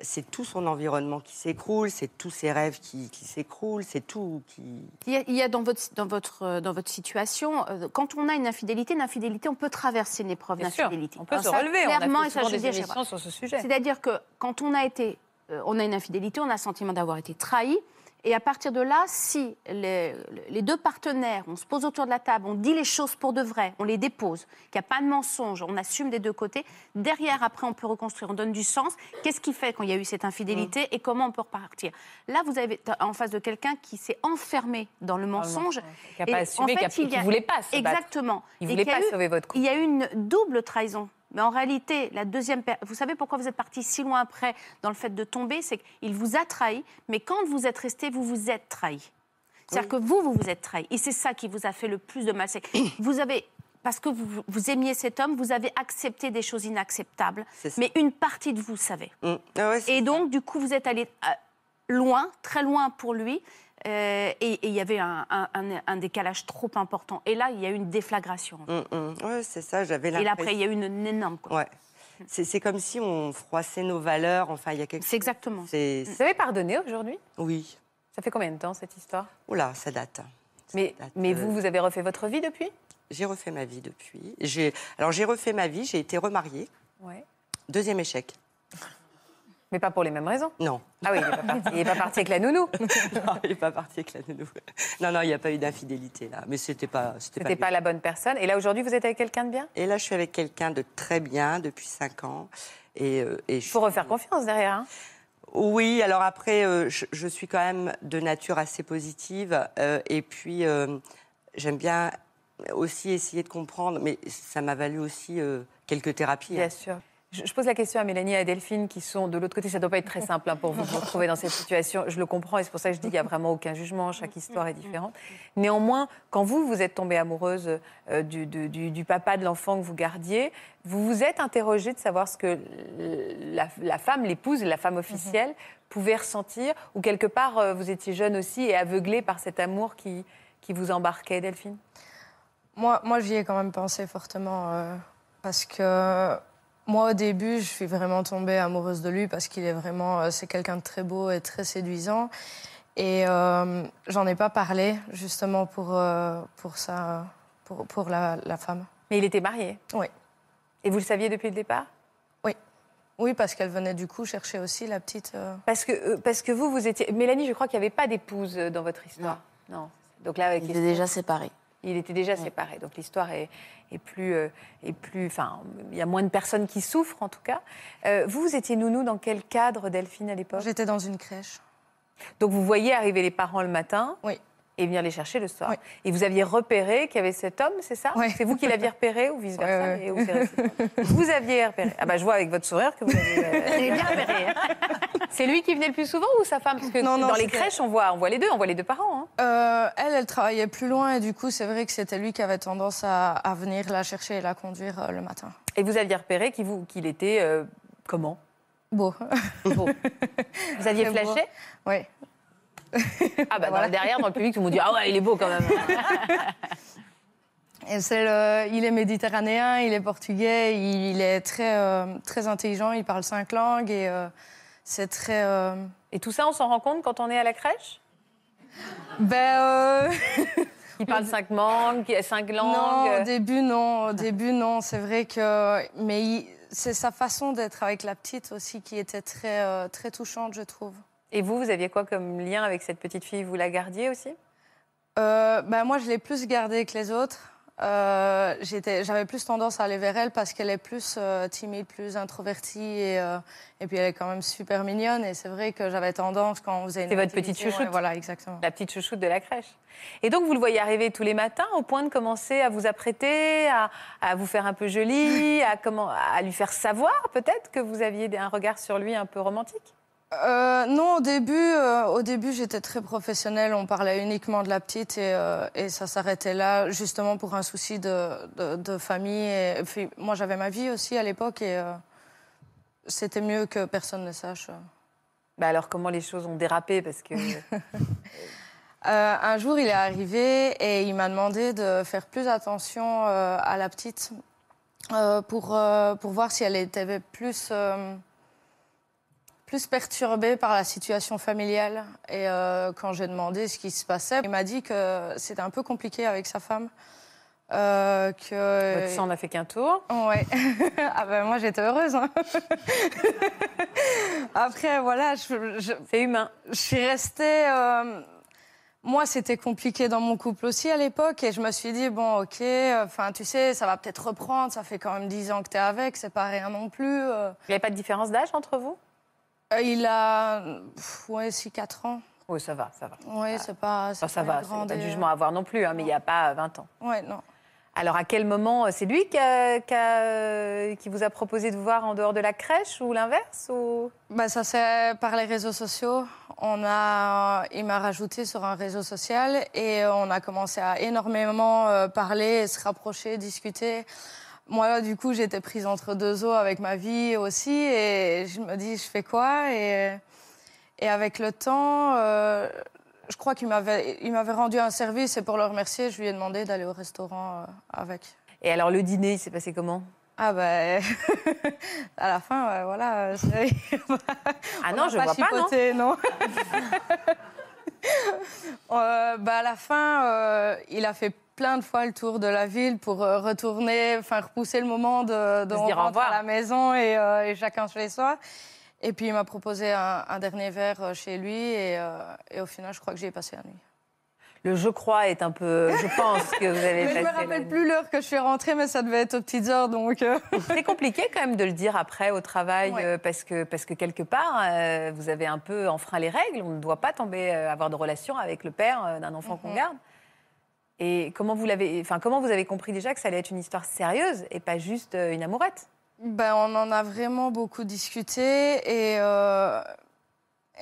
Speaker 4: c'est tout son environnement qui s'écroule, c'est tous ses rêves qui, qui s'écroulent, c'est tout qui...
Speaker 6: Il y a, il y a dans, votre, dans, votre, euh, dans votre situation, euh, quand on a une infidélité, une infidélité, on peut traverser une épreuve
Speaker 1: Bien sûr.
Speaker 6: d'infidélité.
Speaker 1: On peut
Speaker 6: Alors
Speaker 1: se
Speaker 6: ça,
Speaker 1: relever.
Speaker 6: Clairement,
Speaker 1: on a
Speaker 6: et
Speaker 1: fait
Speaker 6: ça,
Speaker 1: souvent
Speaker 6: je
Speaker 1: des
Speaker 6: le dis à chaque fois.
Speaker 1: émissions sur ce sujet.
Speaker 6: C'est-à-dire que quand on a été, euh, on a une infidélité, on a le sentiment d'avoir été trahi. Et à partir de là, si les, les deux partenaires, on se pose autour de la table, on dit les choses pour de vrai, on les dépose, qu'il n'y a pas de mensonge, on assume des deux côtés, derrière, après, on peut reconstruire, on donne du sens. Qu'est-ce qui fait quand il y a eu cette infidélité
Speaker 1: Mmh.
Speaker 6: et comment on peut repartir Là, vous avez t'as en face de quelqu'un qui s'est enfermé dans le mensonge.
Speaker 1: Ah Qui n'a pas
Speaker 6: Et
Speaker 1: assumé,
Speaker 6: en
Speaker 1: qui a-
Speaker 6: fait, il
Speaker 1: qui
Speaker 6: y a-
Speaker 1: ne voulait pas se battre.
Speaker 6: Exactement.
Speaker 1: Il
Speaker 6: Et
Speaker 1: ne voulait
Speaker 6: qu'il y a
Speaker 1: pas
Speaker 6: eu-
Speaker 1: sauver votre couple.
Speaker 6: il y a eu une double trahison. Mais en réalité, la deuxième. per- Vous savez pourquoi vous êtes parti si loin après dans le fait de tomber C'est qu'il vous a trahi, mais quand vous êtes resté, vous vous êtes trahi. C'est-à-dire que vous, vous vous êtes trahi. Et c'est ça qui vous a fait le plus de mal. C'est que vous avez. Parce que vous, vous aimiez cet homme, vous avez accepté des choses inacceptables.
Speaker 4: C'est ça.
Speaker 6: Mais une partie de vous savait.
Speaker 4: Mm. Ah ouais, c'est-
Speaker 6: Et donc, du coup, vous êtes allé euh, loin, très loin pour lui. euh, et et il y avait un, un- un- un décalage trop important. Et là, il y a eu une déflagration.
Speaker 4: Mm, mm. Ouais, c'est ça, j'avais
Speaker 6: Et là,
Speaker 4: l'impression...
Speaker 6: après, il y a eu une, une énorme. quoi.
Speaker 4: Ouais. C'est c'est comme si on froissait nos valeurs. Enfin, il y a quelque
Speaker 6: C'est exactement ça.
Speaker 4: C'est
Speaker 1: Vous avez pardonné aujourd'hui
Speaker 4: oui.
Speaker 1: Ça fait combien de temps, cette histoire
Speaker 4: Oula, ça date.
Speaker 1: Mais,
Speaker 4: date,
Speaker 1: mais
Speaker 4: euh,
Speaker 1: vous, vous avez refait votre vie depuis
Speaker 4: J'ai refait ma vie depuis. J'ai alors j'ai refait ma vie. J'ai été remariée.
Speaker 1: Ouais.
Speaker 4: Deuxième échec.
Speaker 1: Mais pas pour les mêmes raisons.
Speaker 4: Non,
Speaker 1: Ah oui, il n'est pas, parti- il est pas parti avec la nounou.
Speaker 4: non il n'est pas parti avec la nounou. Non, non, il n'y a pas eu d'infidélité là. Mais c'était pas, c'était
Speaker 1: C'était
Speaker 4: pas,
Speaker 1: pas la bonne personne. Et là, aujourd'hui, vous êtes avec quelqu'un de bien
Speaker 4: bien. Et là, je suis avec quelqu'un de très bien depuis cinq ans. Et, euh, et je
Speaker 1: Il faut
Speaker 4: suis-
Speaker 1: refaire confiance derrière. hein.
Speaker 4: Oui, alors après, euh, je, je suis quand même de nature assez positive. euh, et puis, euh, j'aime bien aussi essayer de comprendre. Mais ça m'a valu aussi euh, quelques thérapies. hein.
Speaker 1: Bien sûr. Je, je pose la question à Mélanie et à Delphine qui sont de l'autre côté. Ça ne doit pas être très simple hein, pour vous de vous retrouver dans cette situation. Je le comprends et c'est pour ça que je dis qu'il n'y a vraiment aucun jugement. Chaque histoire est différente. Néanmoins, quand vous, vous êtes tombée amoureuse euh, du, du- du- du papa de l'enfant que vous gardiez, vous vous êtes interrogée de savoir ce que l- la, la femme, l'épouse, la femme officielle pouvait ressentir ou quelque part euh, vous étiez jeune aussi et aveuglée par cet amour qui, qui vous embarquait, Delphine
Speaker 2: Moi, moi j'y ai quand même pensé fortement. euh, parce que moi, au début, je suis vraiment tombée amoureuse de lui parce qu'il est vraiment. euh, c'est quelqu'un de très beau et très séduisant. Et euh, j'en ai pas parlé, justement, pour, euh, pour ça, euh, pour, pour la, la femme.
Speaker 1: Mais il était marié.
Speaker 2: Oui.
Speaker 1: Et vous le saviez depuis le départ
Speaker 2: Oui, parce qu'elle venait du coup chercher aussi la petite. euh,
Speaker 1: Parce que, euh, parce que vous, vous étiez. Mélanie, je crois qu'il n'y avait pas d'épouse euh, dans votre histoire. Non. Donc là, avec
Speaker 7: Il est déjà séparé.
Speaker 1: il était déjà séparé. Donc l'histoire est, est plus. euh, est plus enfin, il y a moins de personnes qui souffrent, en tout cas. Euh, vous, vous étiez nounou dans quel cadre, Delphine, à l'époque
Speaker 2: J'étais dans une crèche.
Speaker 1: Donc vous voyez arriver les parents le matin
Speaker 2: Oui.
Speaker 1: et venir les chercher le soir.
Speaker 2: Oui.
Speaker 1: Et vous aviez repéré qu'il y avait cet homme, c'est ça
Speaker 2: Oui.
Speaker 1: C'est vous qui l'aviez repéré ou vice-versa
Speaker 2: Oui, oui.
Speaker 1: et ou c'est réciproque Vous aviez repéré. Ah bah, je vois avec votre sourire que vous avez.
Speaker 6: Il est bien repéré.
Speaker 1: C'est lui qui venait le plus souvent ou sa femme Parce que
Speaker 2: Non, non,
Speaker 1: dans les
Speaker 2: c'était-
Speaker 1: crèches, on voit, on voit les deux, on voit les deux parents. hein.
Speaker 2: Euh, elle, elle travaillait plus loin et du coup, c'est vrai que c'était lui qui avait tendance à, à venir la chercher et la conduire euh, le matin.
Speaker 1: Et vous aviez repéré qu'il vous- qu'il était euh, comment
Speaker 2: Beau.
Speaker 1: Beau. Vous aviez
Speaker 2: Très beau.
Speaker 1: flashé
Speaker 2: oui.
Speaker 1: Ah bah dans la- derrière, dans le public, tout le monde dit ah ouais, il est beau quand même.
Speaker 2: Et c'est le- il est méditerranéen, il est portugais, il, il est très, euh, très intelligent, il parle cinq langues et euh, c'est très. euh,
Speaker 1: Et tout ça, on s'en rend compte quand on est à la crèche
Speaker 2: Ben. euh,
Speaker 1: Il parle cinq langues, cinq
Speaker 2: non, au
Speaker 1: langues.
Speaker 2: début, non. Au début, non. C'est vrai que. Mais il- c'est sa façon d'être avec la petite aussi qui était très, euh, très touchante, je trouve.
Speaker 1: Et vous, vous aviez quoi comme lien avec cette petite fille Vous la gardiez aussi
Speaker 2: Euh, ben, moi, je l'ai plus gardée que les autres. Euh, j'étais- J'avais plus tendance à aller vers elle parce qu'elle est plus euh, timide, plus introvertie et, euh, et puis elle est quand même super mignonne et c'est vrai que j'avais tendance quand on faisait une
Speaker 1: C'est votre
Speaker 2: activité,
Speaker 1: petite chouchoute.
Speaker 2: ouais, voilà, Ah, exactement.
Speaker 1: La petite chouchoute de la crèche. Et donc, vous le voyez arriver tous les matins au point de commencer à vous apprêter, à, à vous faire un peu jolie, à, comment, à lui faire savoir peut-être que vous aviez un regard sur lui un peu romantique
Speaker 2: Euh, non, au début, euh, au début, j'étais très professionnelle. On parlait uniquement de la petite et, euh, et ça s'arrêtait là, justement pour un souci de, de, de famille. Et, puis, moi, j'avais ma vie aussi à l'époque et euh, c'était mieux que personne ne sache.
Speaker 1: Bah alors comment les choses ont dérapé parce que
Speaker 2: Euh, un jour, il est arrivé et il m'a demandé de faire plus attention euh, à la petite euh, pour, euh, pour voir si elle était plus, euh, plus perturbée par la situation familiale. Et euh, quand j'ai demandé ce qui se passait, il m'a dit que c'était un peu compliqué avec sa femme. euh, que...
Speaker 1: votre sang n'a fait qu'un tour.
Speaker 2: Ouais. ah ben moi j'étais heureuse. hein. Après voilà, je- je,
Speaker 1: C'est humain.
Speaker 2: je suis restée. euh, Moi, c'était compliqué dans mon couple aussi à l'époque, et je me suis dit bon, ok, enfin, tu sais, ça va peut-être reprendre. Ça fait quand même 10 ans que t'es avec, c'est pas rien non plus. euh.
Speaker 1: Il n'y avait pas de différence d'âge entre vous
Speaker 2: Euh, il a, pff, ouais, 6 4 ans.
Speaker 1: Oui, ça va, ça va.
Speaker 2: Ouais, c'est pas. Ah, c'est
Speaker 1: Enfin, Ah. ça
Speaker 2: pas
Speaker 1: va,
Speaker 2: une
Speaker 1: c'est pas
Speaker 2: grande,
Speaker 1: de
Speaker 2: euh,
Speaker 1: jugement à avoir non plus, hein, mais il n'y a pas 20 ans.
Speaker 2: Ouais, non.
Speaker 1: Alors à quel moment euh, c'est lui qui, a- qui a, euh, qui vous a proposé de vous voir en dehors de la crèche ou l'inverse ou...
Speaker 2: Bah, ça c'est par les réseaux sociaux. On a, euh, il m'a rajouté sur un réseau social et euh, on a commencé à énormément euh, parler, se rapprocher, discuter. Moi, là, du coup, j'étais prise entre deux eaux avec ma vie aussi et je me dis, je fais quoi et, et avec le temps, euh, je crois qu'il m'avait, il m'avait rendu un service et pour le remercier, je lui ai demandé d'aller au restaurant euh, avec.
Speaker 1: Et alors le dîner, il s'est passé comment
Speaker 2: Ah bah, à la fin, ouais, voilà. c'est-
Speaker 1: Ah
Speaker 2: on
Speaker 1: non,
Speaker 2: n'a
Speaker 1: je vois pas, non
Speaker 2: chipoté, non. Euh, bah, à la fin, euh, il a fait plein de fois le tour de la ville pour euh, retourner, enfin repousser le moment de, de
Speaker 1: se
Speaker 2: on
Speaker 1: dire au
Speaker 2: rentre
Speaker 1: revoir.
Speaker 2: à la maison et, euh, et chacun chez soi. Et puis il m'a proposé un, un dernier verre euh, chez lui et, euh, et au final je crois que j'y ai passé la nuit.
Speaker 1: Le je crois est un peu. Je pense que vous
Speaker 2: Mais
Speaker 1: avez
Speaker 2: je
Speaker 1: passé.
Speaker 2: me
Speaker 1: la
Speaker 2: rappelle
Speaker 1: nuit.
Speaker 2: plus l'heure que je suis rentrée, mais ça devait être aux petites heures, donc euh,
Speaker 1: C'est compliqué quand même de le dire après au travail
Speaker 2: Ouais.
Speaker 1: euh, parce, que, parce que quelque part, euh, vous avez un peu enfreint les règles. On ne doit pas tomber, euh, avoir de relation avec le père euh, d'un enfant qu'on
Speaker 2: Mhm.
Speaker 1: garde. Et comment vous, l'avez, enfin, comment vous avez compris déjà que ça allait être une histoire sérieuse et pas juste euh, une amourette
Speaker 2: ben, on en a vraiment beaucoup discuté et euh,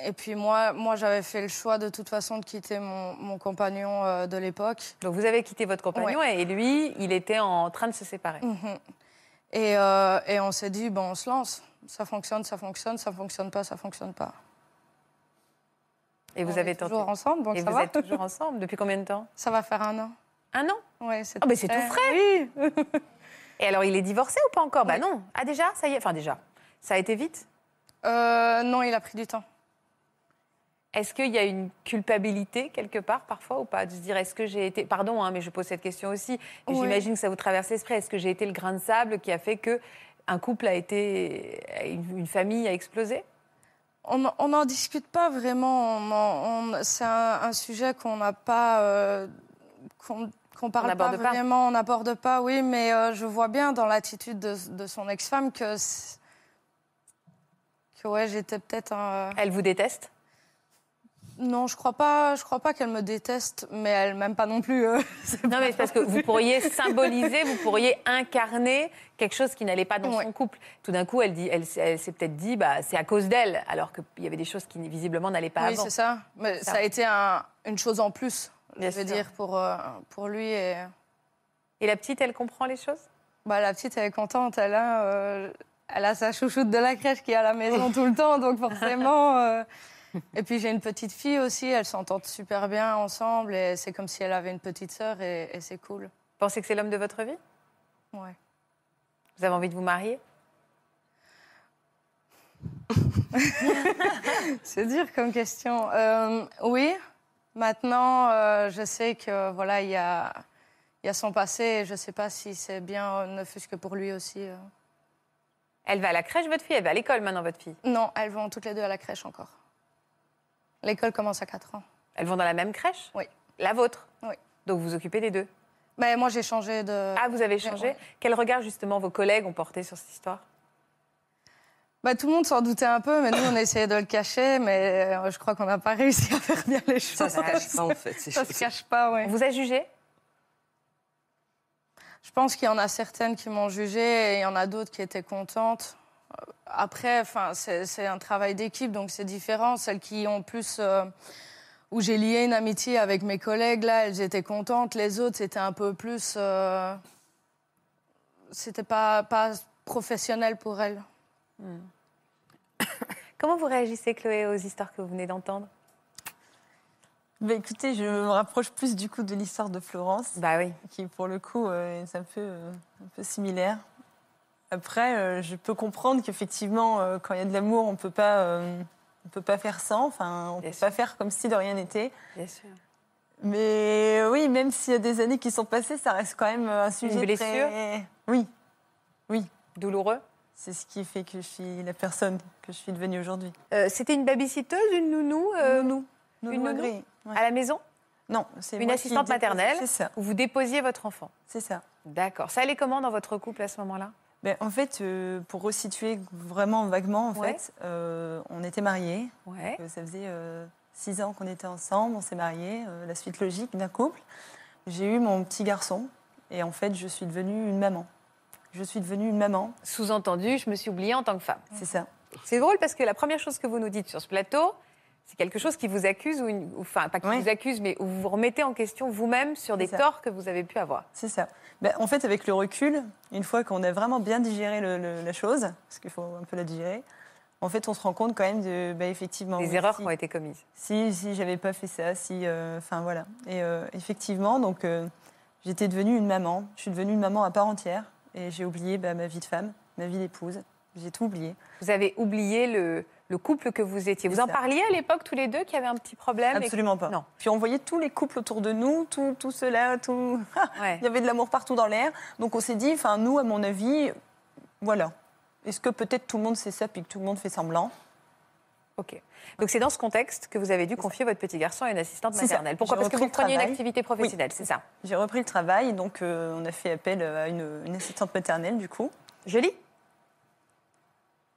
Speaker 2: et puis moi, moi j'avais fait le choix de toute façon de quitter mon, mon compagnon euh, de l'époque.
Speaker 1: Donc vous avez quitté votre compagnon et lui, il était en train de se séparer.
Speaker 2: Mhm. Et, euh, et on s'est dit, bon, on se lance. Ça fonctionne, ça fonctionne, ça fonctionne pas, ça fonctionne pas.
Speaker 1: Et vous
Speaker 2: On est
Speaker 1: avez tenté.
Speaker 2: toujours ensemble, donc
Speaker 1: Et
Speaker 2: ça
Speaker 1: vous
Speaker 2: va.
Speaker 1: êtes toujours ensemble Depuis combien de temps
Speaker 2: Ça va faire un an.
Speaker 1: Un an
Speaker 2: Ouais, c'est
Speaker 1: Ah, mais c'est tout
Speaker 2: très-
Speaker 1: frais
Speaker 2: Oui.
Speaker 1: Et alors, il est divorcé ou pas encore Bah
Speaker 2: Oui.
Speaker 1: non. Ah déjà Ça y est Enfin déjà, ça a été vite
Speaker 2: Euh, non, il a pris du temps.
Speaker 1: Est-ce qu'il y a une culpabilité quelque part parfois ou pas De se dire est-ce que j'ai été. Pardon, hein, mais je pose cette question aussi. mais
Speaker 2: Oui.
Speaker 1: J'imagine que ça vous traverse l'esprit. Est-ce que j'ai été le grain de sable qui a fait que un couple a été. une une famille a explosé
Speaker 2: On on n'en discute pas vraiment. On en- on- c'est un, un sujet qu'on n'a pas, euh, qu'on qu'on parle pas
Speaker 1: n'aborde pas.
Speaker 2: vraiment, on n'aborde pas. Oui, mais euh, je vois bien dans l'attitude de, de son ex-femme que c'est- que ouais, j'étais peut-être un. euh,
Speaker 1: Elle vous déteste
Speaker 2: Non, je crois pas. Je crois pas qu'elle me déteste, mais elle m'aime pas non plus. euh.
Speaker 1: Non, mais c'est parce que vous pourriez symboliser, vous pourriez incarner quelque chose qui n'allait pas dans
Speaker 2: Ouais.
Speaker 1: son couple. Tout d'un coup, elle, dit, elle, s'est- elle s'est peut-être dit bah, c'est à cause d'elle, alors qu'il y avait des choses qui visiblement n'allaient pas
Speaker 2: oui,
Speaker 1: avant.
Speaker 2: c'est ça. Mais
Speaker 1: Ça.
Speaker 2: ça, a été un- une chose en plus,
Speaker 1: Bien
Speaker 2: je veux
Speaker 1: sûr.
Speaker 2: dire, pour euh, pour lui. Et...
Speaker 1: Et la petite, elle comprend les choses
Speaker 2: Bah, la petite, elle est contente. Elle a, euh, elle a sa chouchoute de la crèche qui est à la maison tout le temps, donc forcément. euh, Et puis j'ai une petite fille aussi, elles s'entendent super bien ensemble et c'est comme si elle avait une petite sœur et, et c'est cool.
Speaker 1: Pensez que c'est l'homme de votre vie
Speaker 2: Ouais.
Speaker 1: Vous avez envie de vous marier
Speaker 2: C'est dur comme question. Euh, oui, maintenant euh, je sais que voilà, il y a, il y a son passé et je sais pas si c'est bien, euh, ne fût-ce que pour lui aussi. euh.
Speaker 1: Elle va à la crèche, votre fille Elle va à l'école maintenant, votre fille
Speaker 2: Non, elles vont toutes les deux à la crèche encore. L'école commence à 4 ans.
Speaker 1: Elles vont dans la même crèche
Speaker 2: Oui.
Speaker 1: La vôtre
Speaker 2: Oui.
Speaker 1: Donc vous vous occupez des deux.
Speaker 2: Mais moi j'ai changé de.
Speaker 1: Ah, vous avez changé
Speaker 2: ouais.
Speaker 1: Quel regard justement vos collègues ont porté sur cette histoire
Speaker 2: Bah, tout le monde s'en doutait un peu, mais nous on essayait de le cacher, mais euh, je crois qu'on n'a pas réussi à faire bien les choses.
Speaker 4: Ça se cache pas, en fait. ces
Speaker 2: Ça se
Speaker 4: choses.
Speaker 2: cache pas, ouais.
Speaker 1: On vous a jugé
Speaker 2: Je pense qu'il y en a certaines qui m'ont jugée et il y en a d'autres qui étaient contentes. Euh, Après, enfin, c'est c'est un travail d'équipe, donc c'est différent. Celles qui ont plus. euh, où j'ai lié une amitié avec mes collègues, là, elles étaient contentes. Les autres, c'était un peu plus. euh, c'était pas, pas professionnel pour elles.
Speaker 1: Hmm. Comment vous réagissez, Chloé, aux histoires que vous venez d'entendre
Speaker 3: Bah, écoutez, je me rapproche plus du coup de l'histoire de Florence,
Speaker 1: Bah oui.
Speaker 3: qui pour le coup euh, est un peu, euh, un peu similaire. Après, euh, je peux comprendre qu'effectivement, euh, quand il y a de l'amour, on peut pas, euh, on peut pas faire sans. Enfin, on
Speaker 1: Bien
Speaker 3: peut
Speaker 1: sûr.
Speaker 3: pas faire comme si de rien n'était.
Speaker 1: Bien sûr.
Speaker 3: Mais euh, oui, même s'il y a des années qui sont passées, ça reste quand même euh, un sujet
Speaker 1: blessure
Speaker 3: très. Oui,
Speaker 1: Douloureux
Speaker 3: c'est ce qui fait que je suis la personne que je suis devenue aujourd'hui.
Speaker 1: Euh, C'était une babysitteuse, une nounou, euh, Une nounou
Speaker 3: agréée, ouais.
Speaker 1: à la maison
Speaker 3: Non, c'est
Speaker 1: Une
Speaker 3: moi qui
Speaker 1: assistante
Speaker 3: dépose-
Speaker 1: maternelle
Speaker 3: C'est ça,
Speaker 1: où vous déposiez votre enfant
Speaker 3: c'est ça.
Speaker 1: D'accord. Ça allait comment dans votre couple à ce moment-là
Speaker 3: Ben, en fait, euh, pour resituer vraiment vaguement, en
Speaker 1: Ouais.
Speaker 3: fait, euh, on était mariés.
Speaker 1: Ouais.
Speaker 3: Euh, Ça faisait euh, six ans qu'on était ensemble, on s'est mariés, euh, la suite logique d'un couple. J'ai eu mon petit garçon et en fait, je suis devenue une maman. Je suis devenue une maman,
Speaker 1: Sous-entendu, je me suis oubliée en tant que femme.
Speaker 3: c'est ça.
Speaker 1: C'est drôle parce que la première chose que vous nous dites sur ce plateau, c'est quelque chose qui vous accuse, ou, une- ou- enfin, pas qui
Speaker 3: Ouais.
Speaker 1: vous accuse, mais où vous vous remettez en question vous-même sur des
Speaker 3: C'est ça.
Speaker 1: torts que vous avez pu avoir.
Speaker 3: C'est ça. Ben, en fait, avec le recul, une fois qu'on a vraiment bien digéré le- le- la chose, parce qu'il faut un peu la digérer, en fait, on se rend compte quand même de, ben, effectivement,
Speaker 1: des
Speaker 3: oui,
Speaker 1: erreurs
Speaker 3: si-
Speaker 1: qui ont été commises.
Speaker 3: si, si j'avais pas fait ça, si, euh, enfin voilà. Et euh, effectivement, donc euh, j'étais devenue une maman. Je suis devenue une maman à part entière et j'ai oublié bah, ma vie de femme, ma vie d'épouse. J'ai tout oublié.
Speaker 1: Vous avez oublié le, le couple que vous étiez. Vous
Speaker 3: C'est
Speaker 1: en
Speaker 3: ça.
Speaker 1: parliez à l'époque tous les deux qu'il y avait un petit problème et que-
Speaker 3: Absolument pas.
Speaker 1: Non.
Speaker 3: Puis on voyait tous les couples autour de nous, tout, tout cela, tout.
Speaker 1: Ouais.
Speaker 3: Il y avait de l'amour partout dans l'air. Donc on s'est dit, enfin nous, à mon avis, voilà. Est-ce que peut-être tout le monde sait ça puis que tout le monde fait semblant
Speaker 1: Ok. Donc c'est dans ce contexte que vous avez dû confier votre petit garçon à une assistante
Speaker 3: C'est ça.
Speaker 1: maternelle. Pourquoi
Speaker 3: J'ai
Speaker 1: Parce que
Speaker 3: repris
Speaker 1: vous preniez
Speaker 3: le
Speaker 1: une
Speaker 3: travail.
Speaker 1: activité professionnelle, c'est ça
Speaker 3: J'ai repris le travail, donc euh, on a fait appel à une, une assistante maternelle du coup.
Speaker 1: Joli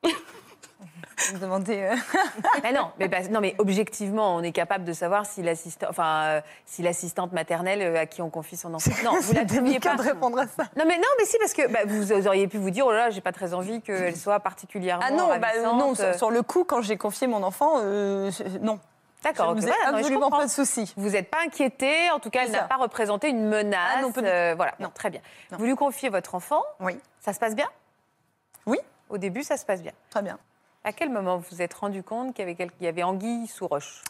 Speaker 3: Je me demandais. euh,
Speaker 1: Mais non, mais bah, non, mais objectivement, on est capable de savoir si l'assistante, enfin, euh, si l'assistante maternelle euh, à qui on confie son enfant. Non, vous la trouviez pas.
Speaker 3: délicat de répondre à ça.
Speaker 1: Non, mais non, mais si parce que bah, vous auriez pu vous dire, oh là, là, j'ai pas très envie qu'elle soit particulièrement.
Speaker 3: Ah non, bah,
Speaker 1: ravissante.
Speaker 3: non sur, sur le coup, quand j'ai confié mon enfant, euh, je- non. Je
Speaker 1: D'accord.
Speaker 3: ne
Speaker 1: ok,
Speaker 3: faisais
Speaker 1: voilà, non, mais je
Speaker 3: absolument
Speaker 1: comprends.
Speaker 3: pas de soucis.
Speaker 1: Vous n'êtes pas inquiété, euh, en tout cas,
Speaker 3: C'est
Speaker 1: elle n'a
Speaker 3: ça.
Speaker 1: pas représenté une menace.
Speaker 3: Ah non, pas du
Speaker 1: euh, voilà,
Speaker 3: Non.
Speaker 1: bon, très bien.
Speaker 3: Non.
Speaker 1: Vous lui confiez votre enfant,
Speaker 3: Oui,
Speaker 1: ça se passe bien
Speaker 3: Oui.
Speaker 1: Au début, ça se passe bien.
Speaker 3: très bien.
Speaker 1: À quel moment vous vous êtes rendu compte qu'il y avait, quel- qu'il y avait anguille sous roche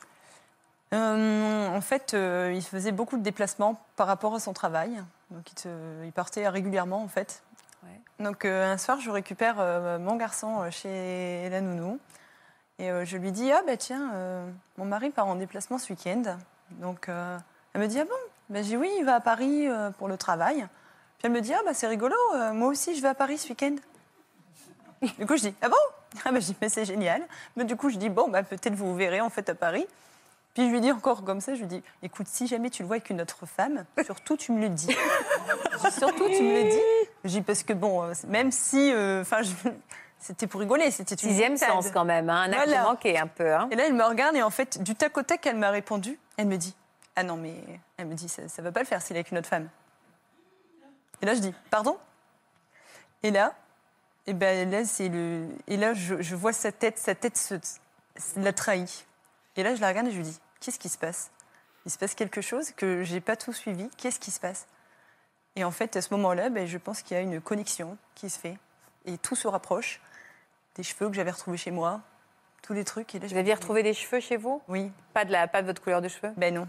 Speaker 3: Euh, en fait, euh, il faisait beaucoup de déplacements par rapport à son travail. Donc, il, te- il partait régulièrement, en fait. Donc, euh, un soir, je récupère euh, mon garçon euh, chez la nounou. Et euh, je lui dis Ah, bah tiens, euh, mon mari part en déplacement ce week-end. Donc, euh, elle me dit Ah bon ben, J'ai dit Oui, il va à Paris euh, pour le travail. Puis elle me dit Ah, bah c'est rigolo, euh, moi aussi, je vais à Paris ce week-end. du coup, je dis Ah bon Ah, bah, je dis Mais c'est génial. Mais du coup, je dis Bon, bah, peut-être vous vous verrez en fait à Paris. Puis je lui dis encore comme ça, je lui dis, écoute, si jamais tu le vois avec une autre femme, surtout tu me le dis. Je dis, surtout tu me le dis. Je dis parce que bon, euh, même si, euh, enfin, je- c'était pour rigoler, c'était une
Speaker 1: Sixième
Speaker 3: boutade.
Speaker 1: sens quand même, hein, un acte
Speaker 3: Voilà.
Speaker 1: manqué un peu. hein.
Speaker 3: Et là, elle me regarde et en fait, du tac au tac, elle m'a répondu. Elle me dit, ah non mais, elle me dit, ça, ça va pas le faire s'il est avec une autre femme. Et là, je dis, pardon. Et là, et ben là c'est le, et là je, je vois sa tête, sa tête se, se- la trahit. Et là, je la regarde et je lui dis, qu'est-ce qui se passe Il se passe quelque chose que j'ai pas tout suivi. Qu'est-ce qui se passe Et en fait, à ce moment-là, ben, je pense qu'il y a une connexion qui se fait et tout se rapproche. Des cheveux que j'avais retrouvés chez moi, tous les trucs. Et là,
Speaker 1: Vous
Speaker 3: me
Speaker 1: aviez
Speaker 3: dis,
Speaker 1: retrouvé des cheveux chez vous
Speaker 3: oui,
Speaker 1: pas de, la, pas de votre couleur de cheveux
Speaker 3: ben non.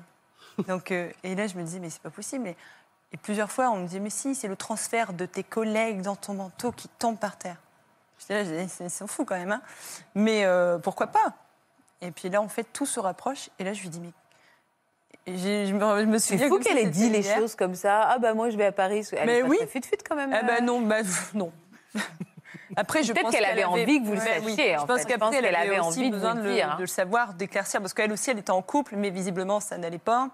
Speaker 3: Donc, euh, et là, je me disais, mais c'est pas possible. Et, et plusieurs fois, on me disait, mais si, c'est le transfert de tes collègues dans ton manteau qui tombe par terre. J'étais là, je disais, c'est- c'est fou quand même. hein. Mais euh, pourquoi pas Et puis là, en fait, tout se rapproche. Et là, je lui dis, mais. et j'ai- je, me, je me
Speaker 1: C'est
Speaker 3: souviens
Speaker 1: fou
Speaker 3: comme si
Speaker 1: qu'elle ait
Speaker 3: c'était
Speaker 1: dit les
Speaker 3: hier.
Speaker 1: choses comme ça. Ah bah moi je vais à Paris. Elle
Speaker 3: Mais
Speaker 1: est pas
Speaker 3: oui.
Speaker 1: très fut fut quand même.
Speaker 3: Ah ben
Speaker 1: euh.
Speaker 3: non, bah, non. Après, je
Speaker 1: Peut-être
Speaker 3: pense
Speaker 1: qu'elle avait envie que vous le
Speaker 3: Ouais, oui.
Speaker 1: sachiez, en
Speaker 3: Je pense
Speaker 1: fait. Je pense
Speaker 3: qu'après, elle
Speaker 1: qu'elle avait
Speaker 3: avait
Speaker 1: envie
Speaker 3: aussi
Speaker 1: de vous
Speaker 3: besoin
Speaker 1: le
Speaker 3: de le,
Speaker 1: dire.
Speaker 3: de le savoir, d'éclaircir, parce qu'elle aussi, elle était en couple, mais visiblement, ça n'allait pas.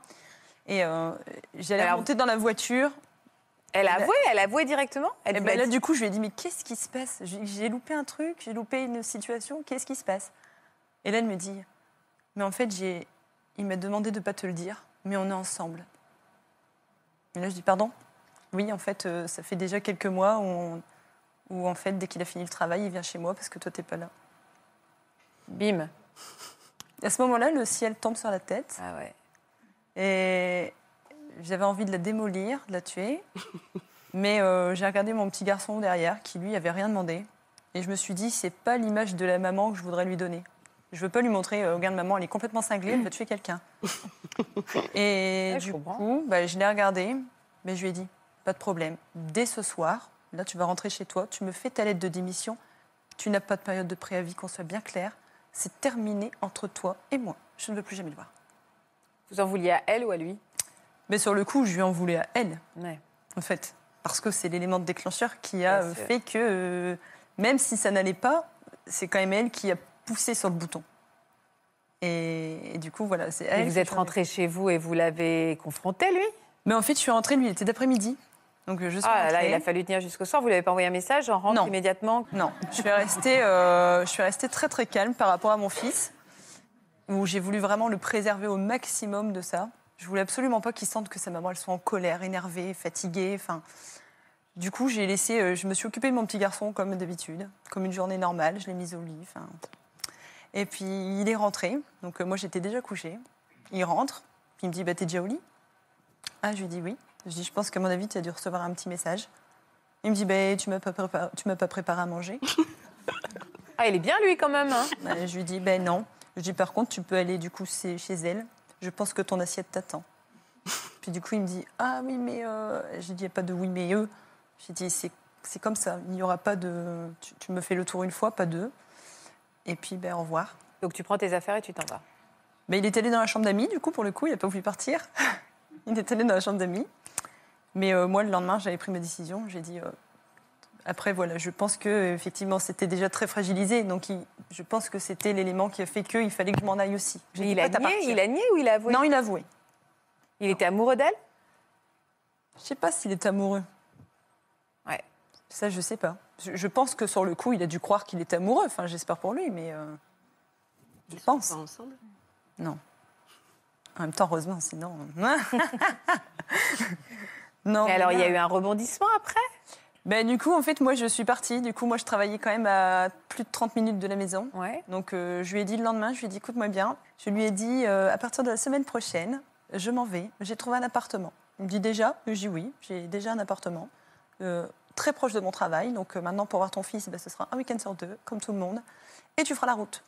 Speaker 3: Et euh, j'allais
Speaker 1: Alors-
Speaker 3: monter dans la voiture.
Speaker 1: Elle a
Speaker 3: ben-
Speaker 1: avoué, elle a avoué directement. Elle
Speaker 3: Et
Speaker 1: vous
Speaker 3: ben
Speaker 1: l'a
Speaker 3: là,
Speaker 1: dit.
Speaker 3: du coup, je lui ai dit, mais qu'est-ce qui se passe J'ai j'ai loupé un truc, j'ai loupé une situation, qu'est-ce qui se passe Et là, elle me dit, mais en fait, j'ai, il m'a demandé de ne pas te le dire, mais on est ensemble. Et là, je dis, pardon Oui, en fait, euh, ça fait déjà quelques mois où, on- où, en fait, dès qu'il a fini le travail, il vient chez moi parce que toi, t'es pas là.
Speaker 1: Bim.
Speaker 3: À ce moment-là, le ciel tombe sur la tête
Speaker 1: Ah ouais.
Speaker 3: et j'avais envie de la démolir, de la tuer. Mais euh, j'ai regardé mon petit garçon derrière qui, lui, avait rien demandé. Et je me suis dit, c'est pas l'image de la maman que je voudrais lui donner. Je veux pas lui montrer, euh, regarde maman, elle est complètement cinglée, elle va tuer quelqu'un. Et
Speaker 1: Ouais, je
Speaker 3: du
Speaker 1: comprends.
Speaker 3: coup, bah, je l'ai regardé, mais je lui ai dit, pas de problème. Dès ce soir, là, tu vas rentrer chez toi, tu me fais ta lettre de démission, tu n'as pas de période de préavis, qu'on soit bien clair. C'est terminé entre toi et moi. Je ne veux plus jamais le voir.
Speaker 1: Vous en vouliez à elle ou à lui
Speaker 3: Mais sur le coup, je lui en voulais à elle,
Speaker 1: Ouais.
Speaker 3: en fait. Parce que c'est l'élément de déclencheur qui a
Speaker 1: Bien
Speaker 3: euh,
Speaker 1: sûr.
Speaker 3: fait que, euh, même si ça n'allait pas, c'est quand même elle qui a poussé sur le bouton. Et, et du coup, voilà, c'est
Speaker 1: Et
Speaker 3: elle.
Speaker 1: vous
Speaker 3: que
Speaker 1: êtes
Speaker 3: je suis entrée.
Speaker 1: rentré chez vous et vous l'avez confronté lui.
Speaker 3: Mais en fait, je suis rentrée, lui, il était d'après-midi. Donc euh, je suis
Speaker 1: Ah là, là,
Speaker 3: rentrée.
Speaker 1: il a fallu tenir jusqu'au soir. Vous lui avez pas envoyé un message en rentre
Speaker 3: Non.
Speaker 1: immédiatement.
Speaker 3: Non, je suis, restée, euh, je suis restée très très calme par rapport à mon fils, où j'ai voulu vraiment le préserver au maximum de ça. Je voulais absolument pas qu'il sente que sa maman elle soit en colère, énervée, fatiguée. Enfin, du coup, j'ai laissé, euh, je me suis occupée de mon petit garçon comme d'habitude, comme une journée normale. Je l'ai mis au lit. enfin. Et puis il est rentré, donc euh, moi j'étais déjà couchée. Il rentre, puis il me dit bah t'es déjà au lit Ah je lui dis oui. Je dis je pense qu'à mon avis tu as dû recevoir un petit message. Il me dit bah tu m'as pas préparé, tu m'as pas préparé à manger.
Speaker 1: Ah, il est bien lui quand même. hein.
Speaker 3: Bah, je lui dis, ben non. Je dis, par contre, tu peux aller du coup chez chez elle. Je pense que ton assiette t'attend. Puis du coup, il me dit, ah oui, mais. euh... J'ai dit, il n'y a pas de oui, mais euh. eux. J'ai dit, c'est c'est comme ça. Il n'y aura pas de. Tu, tu me fais le tour une fois, pas deux. Et puis, ben, au revoir.
Speaker 1: Donc tu prends tes affaires et tu t'en vas.
Speaker 3: Mais il est allé dans la chambre d'amis, du coup, pour le coup, il n'a pas voulu partir. il est allé dans la chambre d'amis. Mais euh, moi, le lendemain, j'avais pris ma décision. J'ai dit. euh, après, voilà, je pense que euh, effectivement, c'était déjà très fragilisé. Donc, il- je pense que c'était l'élément qui a fait qu'il fallait que je m'en aille aussi. J'ai
Speaker 1: Mais
Speaker 3: dit,
Speaker 1: il a
Speaker 3: prête à
Speaker 1: nié,
Speaker 3: partir.
Speaker 1: il a nié ou il a avoué
Speaker 3: Non, il a avoué.
Speaker 1: Il était amoureux d'elle
Speaker 3: Je sais pas s'il est amoureux.
Speaker 1: Ouais.
Speaker 3: Ça, je sais pas. Je, je pense que sur le coup, il a dû croire qu'il était amoureux. Enfin, j'espère pour lui, mais euh, je pense.
Speaker 4: Pas ensemble
Speaker 3: En même temps, heureusement, sinon. hein. non.
Speaker 1: Et
Speaker 3: mais
Speaker 1: alors il y a
Speaker 3: non.
Speaker 1: eu un rebondissement après
Speaker 3: Ben, du coup, en fait, moi, je suis partie. Du coup, moi, je travaillais quand même à plus de 30 minutes de la maison.
Speaker 1: Ouais.
Speaker 3: Donc, euh, je lui ai dit le lendemain, je lui ai dit, écoute-moi bien. Je lui ai dit, euh, à partir de la semaine prochaine, je m'en vais. J'ai trouvé un appartement. Il me dit déjà Je dis oui, j'ai déjà un appartement. euh, très proche de mon travail. Donc, euh, maintenant, pour voir ton fils, ben, ce sera un week-end sur deux, comme tout le monde. Et tu feras la route.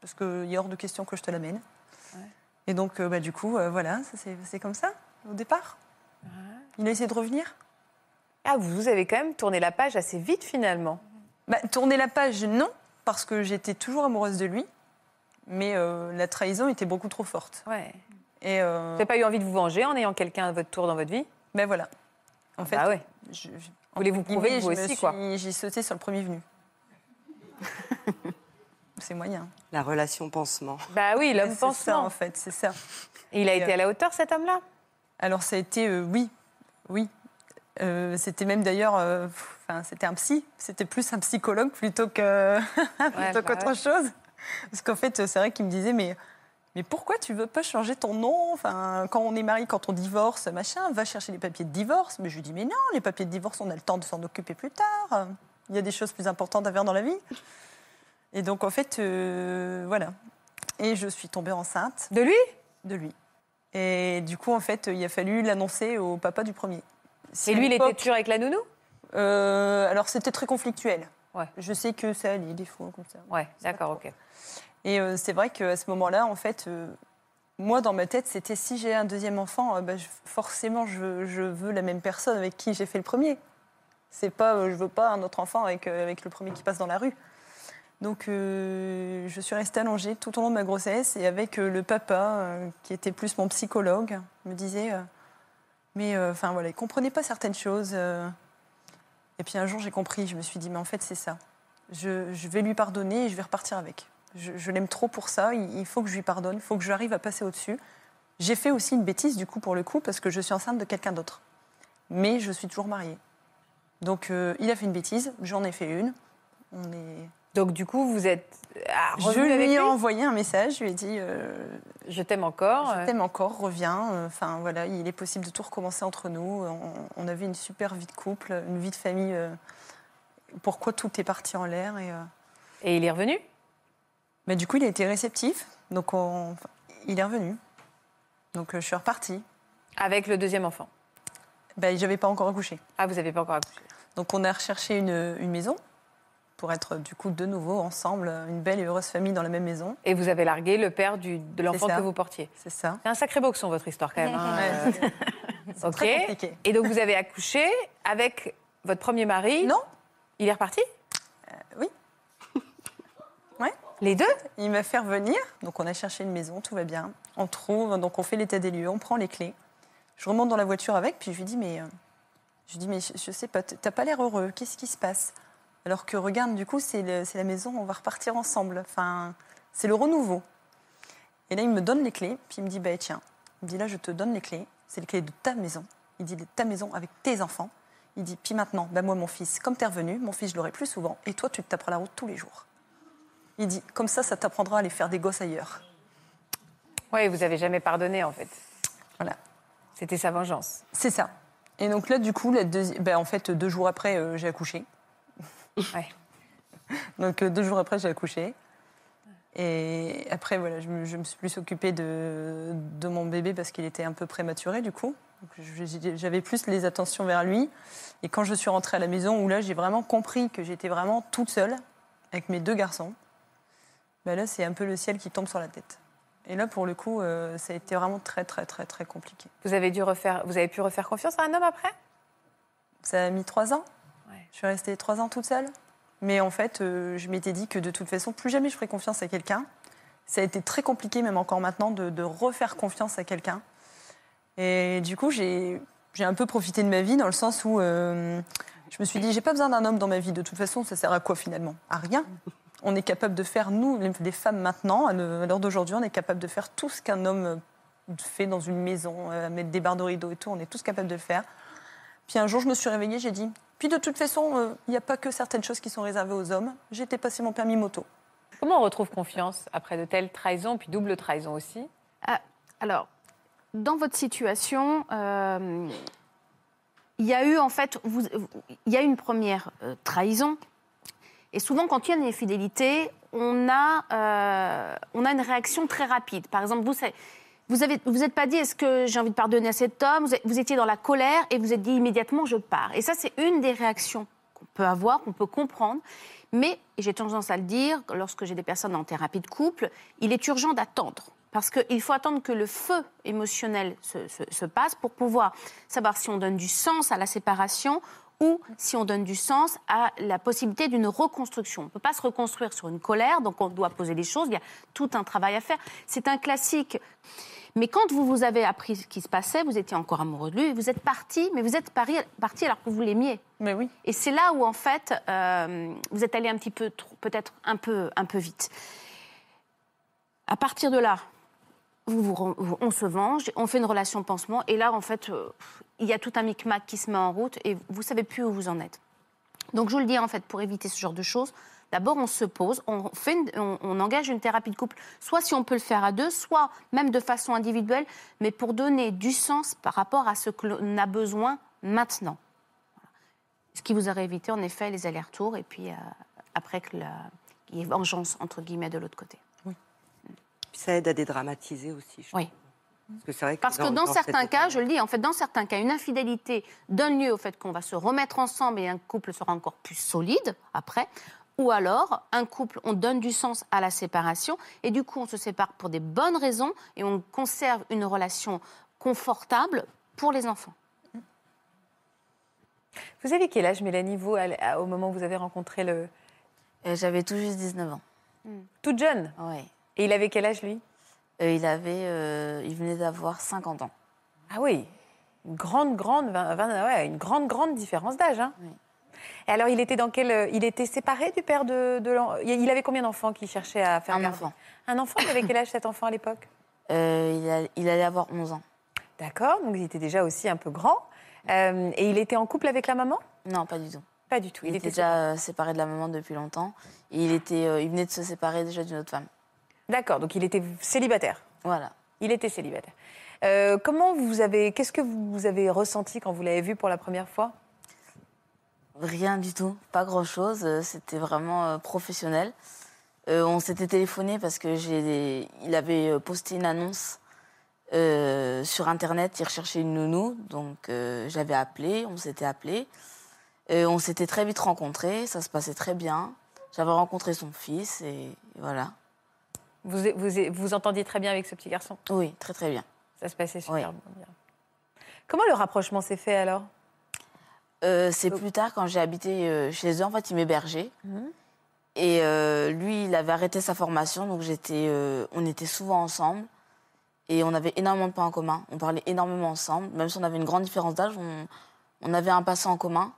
Speaker 3: Parce qu'il est hors de question que je te l'amène. Et donc, euh, bah, du coup, euh, voilà, ça, c'est c'est comme ça, au départ. Il a essayé de revenir.
Speaker 1: Ah, vous vous avez quand même tourné la page assez vite finalement.
Speaker 3: Bah, tourner la page, non, parce que j'étais toujours amoureuse de lui, mais euh, la trahison était beaucoup trop forte.
Speaker 1: Ouais.
Speaker 3: Et euh,
Speaker 1: Vous n'avez pas eu envie de vous venger en ayant quelqu'un à votre tour dans votre vie
Speaker 3: ben voilà. En fait,
Speaker 1: Bah ouais.
Speaker 3: je, je-
Speaker 1: Voulez-vous
Speaker 3: entre
Speaker 1: prouver que
Speaker 3: guillemets, je
Speaker 1: vous
Speaker 3: me
Speaker 1: aussi, quoi.
Speaker 3: suis- J'ai sauté sur le premier venu. c'est moyen.
Speaker 4: La relation pansement.
Speaker 1: Bah oui, l'homme
Speaker 3: C'est ça,
Speaker 1: pensement.
Speaker 3: en fait, c'est ça.
Speaker 1: Et il a
Speaker 3: Et,
Speaker 1: été
Speaker 3: euh,
Speaker 1: à la hauteur cet homme-là
Speaker 3: Alors ça a été euh, oui, oui. Euh, c'était même d'ailleurs, euh, pff, enfin c'était un psy, c'était plus un psychologue plutôt que plutôt
Speaker 1: bah
Speaker 3: qu'autre
Speaker 1: ouais.
Speaker 3: chose. Parce qu'en fait, c'est vrai qu'il me disait mais mais pourquoi tu veux pas changer ton nom Enfin, quand on est marié, quand on divorce, machin, va chercher les papiers de divorce. Mais je lui dis mais non, les papiers de divorce, on a le temps de s'en occuper plus tard. Il y a des choses plus importantes à faire dans la vie. Et donc en fait, euh, voilà. Et je suis tombée enceinte
Speaker 1: De lui
Speaker 3: de lui. Et du coup, en fait, il a fallu l'annoncer au papa du premier. Si
Speaker 1: Et
Speaker 3: à
Speaker 1: lui, il était
Speaker 3: l'époque-
Speaker 1: toujours avec la nounou
Speaker 3: Euh, Alors, c'était très conflictuel.
Speaker 1: Ouais.
Speaker 3: Je sais que ça allait, des fois, comme ça.
Speaker 1: Ouais, d'accord, ok.
Speaker 3: Et euh, c'est vrai qu'à ce moment-là, en fait, euh, moi, dans ma tête, c'était si j'ai un deuxième enfant, euh, bah, je- forcément, je, je veux la même personne avec qui j'ai fait le premier. C'est pas, euh, je veux pas un autre enfant avec, euh, avec le premier qui passe dans la rue. Donc, euh, je suis restée allongée tout au long de ma grossesse et avec euh, le papa, euh, qui était plus mon psychologue, me disait, euh, mais euh, enfin voilà, il comprenait pas certaines choses. euh. Et puis un jour, j'ai compris. Je me suis dit, mais en fait, c'est ça. Je, je vais lui pardonner et je vais repartir avec. Je, je l'aime trop pour ça. Il, il faut que je lui pardonne. Il faut que j'arrive à passer au-dessus. J'ai fait aussi une bêtise, du coup, pour le coup, parce que je suis enceinte de quelqu'un d'autre. Mais je suis toujours mariée. Donc, euh, il a fait une bêtise. J'en ai fait une. On est...
Speaker 1: Donc du coup, vous êtes ah,
Speaker 3: Je
Speaker 1: revenu avec
Speaker 3: lui
Speaker 1: lui
Speaker 3: ai envoyé un message. Je lui ai dit, euh,
Speaker 1: Je t'aime encore.
Speaker 3: je
Speaker 1: euh,
Speaker 3: t'aime encore, reviens. euh, Enfin voilà, il est possible de tout recommencer entre nous. On, on avait une super vie de couple, une vie de famille. euh, pourquoi tout est parti en l'air et, euh,
Speaker 1: Et il est revenu
Speaker 3: Mais du coup, il a été réceptif, donc on- enfin, il est revenu. Donc euh, je suis repartie.
Speaker 1: avec le deuxième enfant.
Speaker 3: Ben, j'avais pas encore accouché.
Speaker 1: Ah, vous n'avez pas encore accouché.
Speaker 3: Donc on a recherché une, une maison pour être du coup de nouveau ensemble, une belle et heureuse famille dans la même maison.
Speaker 1: Et vous avez largué le père du, de l'enfant
Speaker 3: ça.
Speaker 1: que vous portiez.
Speaker 3: C'est ça.
Speaker 1: C'est un sacré boxon, votre histoire, quand même. hein, euh,
Speaker 3: Ouais.
Speaker 1: ok.
Speaker 3: très compliqué.
Speaker 1: Et donc, vous avez accouché avec votre premier mari.
Speaker 3: Non,
Speaker 1: Il est reparti
Speaker 3: oui. Ouais.
Speaker 1: Les deux
Speaker 3: il m'a fait revenir. Donc on a cherché une maison, tout va bien. On trouve, donc on fait l'état des lieux, on prend les clés. Je remonte dans la voiture avec, puis je lui dis mais euh, je lui dis mais je, je sais pas, t- t'as pas l'air heureux. Qu'est-ce qui se passe Alors que regarde, du coup c'est le- c'est la maison, on va repartir ensemble. Enfin, c'est le renouveau. Et là il me donne les clés, puis il me dit bah tiens, il me dit là je te donne les clés, c'est les clés de ta maison. Il dit de ta maison avec tes enfants. Il dit puis maintenant, bah moi mon fils, comme t'es revenu, mon fils je l'aurai plus souvent, et toi tu te taperas la route tous les jours. Il dit, comme ça, ça t'apprendra à aller faire des gosses ailleurs.
Speaker 1: Oui, vous avez jamais pardonné, en fait.
Speaker 3: Voilà,
Speaker 1: C'était sa vengeance.
Speaker 3: c'est ça. Et donc là, du coup, la deuxi- ben, en fait, deux jours après, euh, j'ai accouché.
Speaker 1: Ouais.
Speaker 3: Donc euh, deux jours après, j'ai accouché. Et après, voilà, je me, je me suis plus occupée de, de mon bébé parce qu'il était un peu prématuré, du coup. Donc, je- J'avais plus les attentions vers lui. Et quand je suis rentrée à la maison, où là, j'ai vraiment compris que j'étais vraiment toute seule avec mes deux garçons, ben là, c'est un peu le ciel qui tombe sur la tête. Et là, pour le coup, euh, ça a été vraiment très, très, très, très compliqué.
Speaker 1: Vous avez, dû refaire, vous avez pu refaire confiance à un homme après
Speaker 3: Ça a mis trois ans.
Speaker 1: Ouais.
Speaker 3: Je suis restée trois ans toute seule. Mais en fait, euh, je m'étais dit que de toute façon, plus jamais je ferais confiance à quelqu'un. Ça a été très compliqué, même encore maintenant, de, de refaire confiance à quelqu'un. Et du coup, j'ai j'ai un peu profité de ma vie dans le sens où euh, je me suis dit, j'ai pas besoin d'un homme dans ma vie. De toute façon, ça sert à quoi finalement À rien. On est capable de faire, nous, les- les femmes maintenant, à le- à l'heure d'aujourd'hui, on est capable de faire tout ce qu'un homme euh, fait dans une maison, euh, mettre des barres de rideaux et tout, on est tous capables de le faire. Puis un jour, je me suis réveillée, j'ai dit, puis de toute façon, euh, il n'y a pas que certaines choses qui sont réservées aux hommes. J'étais passé mon permis moto.
Speaker 7: Comment on retrouve confiance après de telles trahisons, puis double trahison aussi
Speaker 6: Alors, dans votre situation, euh, il y a eu en fait, vous- vous- il y a eu une première euh, trahison. Et souvent, quand il y a une infidélité, on a, euh, on a une réaction très rapide. Par exemple, vous savez. Vous avez, vous êtes pas dit est-ce que j'ai envie de pardonner à cet homme vous, êtes- vous étiez dans la colère et vous êtes dit immédiatement je pars. Et ça c'est une des réactions qu'on peut avoir, qu'on peut comprendre. Mais et j'ai tendance à le dire lorsque j'ai des personnes en thérapie de couple, il est urgent d'attendre parce qu'il faut attendre que le feu émotionnel se, se- se passe pour pouvoir savoir si on donne du sens à la séparation ou si on donne du sens à la possibilité d'une reconstruction. On ne peut pas se reconstruire sur une colère, donc on doit poser les choses, il y a tout un travail à faire. C'est un classique. Mais quand vous vous avez appris ce qui se passait, vous étiez encore amoureux de lui, vous êtes parti, mais vous êtes pari- parti alors que vous l'aimiez.
Speaker 3: Mais oui.
Speaker 6: Et c'est là où, en fait, euh, vous êtes allé un petit peu, trop- peut-être un peu, un peu vite. À partir de là, vous vous ren- vous- on se venge, on fait une relation pansement, et là, en fait, euh, pff, il y a tout un micmac qui se met en route, et vous savez plus où vous en êtes. Donc, je vous le dis, en fait, pour éviter ce genre de choses, d'abord, on se pose, on, fait une- on, on engage une thérapie de couple, soit si on peut le faire à deux, soit même de façon individuelle, mais pour donner du sens par rapport à ce que l'on a besoin maintenant. Ce qui vous aurait évité, en effet, les allers-retours et puis euh, après que la- qu'il y ait vengeance, entre guillemets, de l'autre côté.
Speaker 4: Puis ça aide à dédramatiser aussi. je
Speaker 6: Oui.
Speaker 4: trouve. Parce que, c'est vrai
Speaker 6: Parce que dans, certains cas, je le dis, en fait, dans certains cas, une infidélité donne lieu au fait qu'on va se remettre ensemble et un couple sera encore plus solide après. Ou alors, un couple, on donne du sens à la séparation et du coup, on se sépare pour des bonnes raisons et on conserve une relation confortable pour les enfants.
Speaker 1: Vous avez quel âge, Mélanie, vous, à l- à- au moment où vous avez rencontré le.
Speaker 8: Euh, J'avais tout juste 19 ans.
Speaker 1: Toute jeune
Speaker 8: Ouais.
Speaker 1: Et il avait quel âge, lui
Speaker 8: Euh, il avait, euh, il venait d'avoir 50 ans.
Speaker 1: Ah oui, une grande, grande, vingt- vingt- ouais, une grande, grande différence d'âge. hein.
Speaker 8: Oui.
Speaker 1: Et alors, il était dans quel euh, Il était séparé du père de, de l'en- Il avait combien d'enfants qui cherchait à faire
Speaker 8: Un
Speaker 1: garder
Speaker 8: enfant.
Speaker 1: Un enfant. Il avait quel âge cet enfant à l'époque
Speaker 8: Euh, il, a- il allait avoir 11 ans.
Speaker 1: D'accord. Donc, il était déjà aussi un peu grand. Euh, et il était en couple avec la maman
Speaker 8: Non, pas du tout.
Speaker 1: Pas du tout.
Speaker 8: Il, était, déjà euh, séparé de la maman depuis longtemps. Et il était, euh, il venait de se séparer déjà d'une autre femme.
Speaker 1: D'accord. Donc, il était célibataire.
Speaker 8: Voilà.
Speaker 1: Il était célibataire. Euh, comment vous avez Qu'est-ce que vous avez ressenti quand vous l'avez vu pour la première fois
Speaker 8: Rien du tout, pas grand chose. C'était vraiment euh, professionnel. Euh, on s'était téléphoné parce que j'ai, il avait euh, posté une annonce euh, sur internet. Il recherchait une nounou, donc euh, j'avais appelé. On s'était appelé. Euh, on s'était très vite rencontrés. Ça se passait très bien. J'avais rencontré son fils et voilà.
Speaker 1: vous, vous vous entendiez très bien avec ce petit garçon.
Speaker 8: Oui, très très bien.
Speaker 1: Ça se passait super
Speaker 8: Oui.
Speaker 1: bien. Comment le rapprochement s'est fait alors
Speaker 8: Euh, c'est plus tard, quand j'ai habité euh, chez eux, en fait, ils m'hébergeaient.
Speaker 1: Mhm.
Speaker 8: Et euh, lui, il avait arrêté sa formation, donc j'étais, euh, on était souvent ensemble. Et on avait énormément de points en commun. On parlait énormément ensemble. Même si on avait une grande différence d'âge, on, on avait un passé en commun.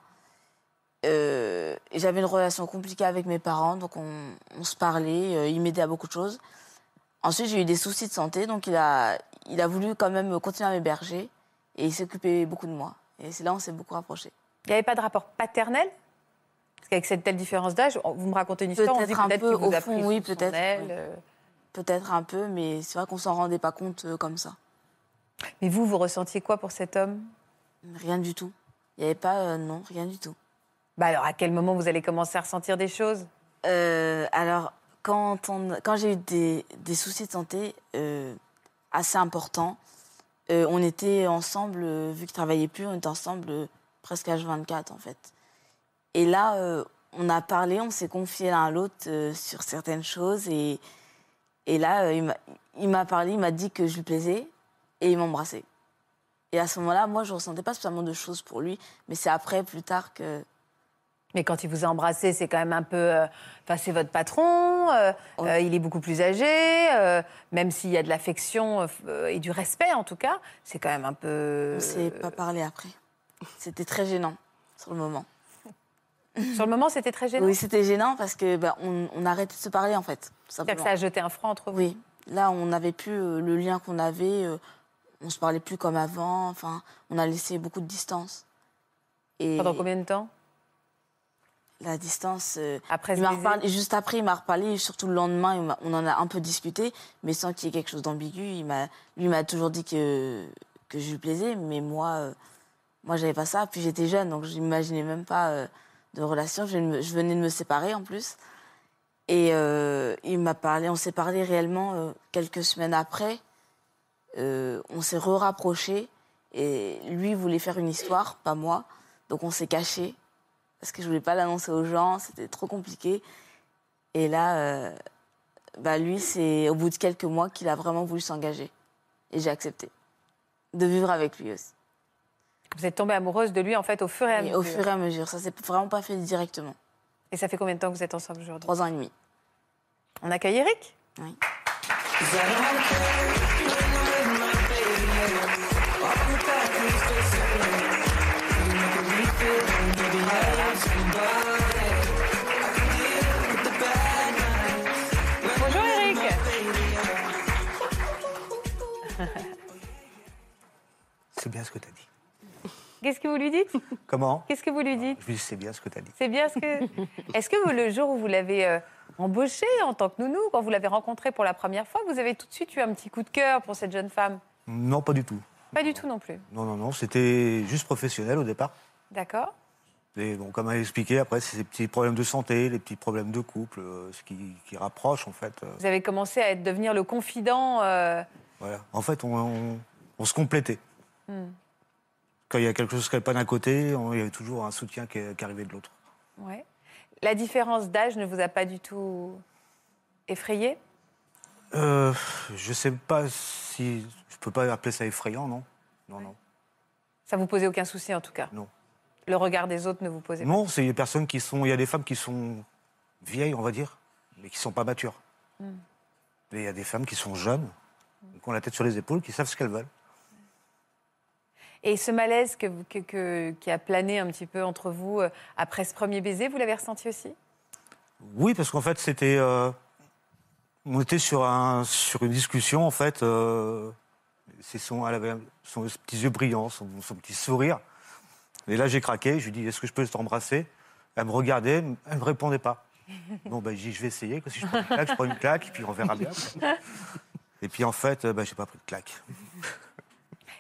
Speaker 8: Euh, et j'avais une relation compliquée avec mes parents, donc on, on se parlait, euh, il m'aidait à beaucoup de choses. Ensuite, j'ai eu des soucis de santé, donc il a, il a voulu quand même continuer à m'héberger. Et il s'occupait beaucoup de moi. Et c'est là où on s'est beaucoup rapprochés.
Speaker 1: Il n'y avait pas de rapport paternel Parce qu'avec cette telle différence d'âge, on- vous me racontez une histoire, on se dit
Speaker 8: Peut-être un
Speaker 1: peut-être
Speaker 8: peu,
Speaker 1: qu'il vous
Speaker 8: au
Speaker 1: a
Speaker 8: fond,
Speaker 1: pris
Speaker 8: oui,
Speaker 1: sous son
Speaker 8: peut-être,
Speaker 1: aile,
Speaker 8: oui.
Speaker 1: euh.
Speaker 8: Peut-être un peu, mais c'est vrai qu'on s'en rendait pas compte euh, comme ça.
Speaker 1: Mais vous, vous ressentiez quoi pour cet homme
Speaker 8: Rien du tout. Il n'y avait pas, euh, non, rien du tout.
Speaker 1: bah alors, à quel moment vous allez commencer à ressentir des choses
Speaker 8: Euh, alors, quand, on- quand j'ai eu des, des soucis de santé euh, assez importants, euh, on était ensemble, euh, vu que je travaillais plus, on était ensemble euh, presque âge 24 en fait. Et là, euh, on a parlé, on s'est confié l'un à l'autre euh, sur certaines choses. Et, et là, euh, il m'a- il m'a parlé, il m'a dit que je lui plaisais et il m'a embrassé. Et à ce moment-là, moi, je ressentais pas spécialement de choses pour lui, mais c'est après, plus tard, que
Speaker 1: Mais quand il vous a embrassé, c'est quand même un peu. euh, Enfin, c'est votre patron, euh,
Speaker 8: Oui.
Speaker 1: euh, il est beaucoup plus âgé, euh, même s'il y a de l'affection euh, f- euh, et du respect en tout cas, c'est quand même un peu.
Speaker 8: On s'est
Speaker 7: euh,
Speaker 8: pas parlé après. C'était très gênant sur le moment.
Speaker 1: Sur le moment, c'était très gênant.
Speaker 8: Oui, c'était gênant parce que bah, on, on arrêtait de se parler en fait. tout
Speaker 1: C'est-à-dire que
Speaker 8: simplement.
Speaker 1: ça a jeté un froid entre vous.
Speaker 8: Oui, là on n'avait plus euh, le lien qu'on avait, euh, on se parlait plus comme avant. Enfin, on a laissé beaucoup de distance. Et
Speaker 1: Pendant combien de temps
Speaker 8: la distance. euh,
Speaker 1: Après ce
Speaker 8: il m'a
Speaker 1: baiser
Speaker 8: reparlé- juste après, il m'a reparlé, surtout le lendemain, il m'a- on en a un peu discuté, mais sans qu'il y ait quelque chose d'ambigu. Il m'a, lui il m'a toujours dit que, que je lui plaisais, mais moi, euh, moi, j'avais pas ça. Puis j'étais jeune, donc je n'imaginais même pas euh, de relation. Je, ne- je venais de me séparer en plus. Et euh, il m'a parlé, on s'est parlé réellement euh, quelques semaines après. Euh, on s'est re-rapprochés et lui voulait faire une histoire, pas moi. Donc on s'est cachés parce que je voulais pas l'annoncer aux gens, c'était trop compliqué. Et là, euh, bah lui, c'est au bout de quelques mois qu'il a vraiment voulu s'engager. Et j'ai accepté de vivre avec lui aussi.
Speaker 1: Vous êtes tombée amoureuse de lui en fait au fur et à
Speaker 8: Et au
Speaker 1: mesure.
Speaker 8: fur et à mesure, ça s'est vraiment pas fait directement.
Speaker 1: Et ça fait combien de temps que vous êtes ensemble aujourd'hui
Speaker 8: Trois ans et demi.
Speaker 1: On accueille Eric
Speaker 7: Bonjour Eric
Speaker 9: C'est bien ce que tu as dit.
Speaker 7: Qu'est-ce que vous lui dites
Speaker 9: Comment
Speaker 7: Qu'est-ce que vous lui dites
Speaker 9: Je lui dis, c'est bien ce que tu as dit.
Speaker 7: C'est bien ce que. Est-ce que vous, le jour où vous l'avez euh, embauché en tant que nounou, quand vous l'avez rencontré pour la première fois, vous avez tout de suite eu un petit coup de cœur pour cette jeune femme
Speaker 9: Non, pas du tout.
Speaker 7: Pas du tout non plus.
Speaker 9: Non, non, non, c'était juste professionnel au départ.
Speaker 7: D'accord
Speaker 9: Et bon, comme elle expliqué, après, c'est ces petits problèmes de santé, les petits problèmes de couple, euh, ce qui, qui rapproche, en fait. euh,
Speaker 7: Vous avez commencé à être, devenir le confident. euh,
Speaker 9: voilà. En fait, on, on- on se complétait.
Speaker 7: Hmm.
Speaker 9: Quand il y a quelque chose qui n'allait pas d'un côté, on- il y avait toujours un soutien qui, qui arrivait de l'autre.
Speaker 7: ouais. La différence d'âge ne vous a pas du tout effrayé
Speaker 9: Euh, je sais pas si... Je peux pas appeler ça effrayant, non Non, non.
Speaker 7: Ça vous posait aucun souci en tout cas
Speaker 9: Non.
Speaker 7: Le regard des autres ne vous posait pas.
Speaker 9: Non, c'est des personnes qui sont. Il y a des femmes qui sont vieilles, on va dire, mais qui sont pas matures.
Speaker 7: Hmm.
Speaker 9: Et il y a des femmes qui sont jeunes, qui ont la tête sur les épaules, qui savent ce qu'elles veulent.
Speaker 7: Et ce malaise que, vous- que- que- qui a plané un petit peu entre vous euh, après ce premier baiser, vous l'avez ressenti aussi
Speaker 9: Oui, parce qu'en fait, c'était. euh, on était sur, un, sur une discussion, en fait. euh, c'est son, elle avait un- son petit yeux brillants, son, son petit sourire. Et là, j'ai craqué. Je lui dis Est-ce que je peux t'embrasser Elle me regardait, elle me répondait pas. Bon, ben, j'ai dit, je vais essayer. que Si je prends une claque, je prends une claque, puis on verra bien. Et puis, en fait, euh, ben, j'ai pas pris de claque.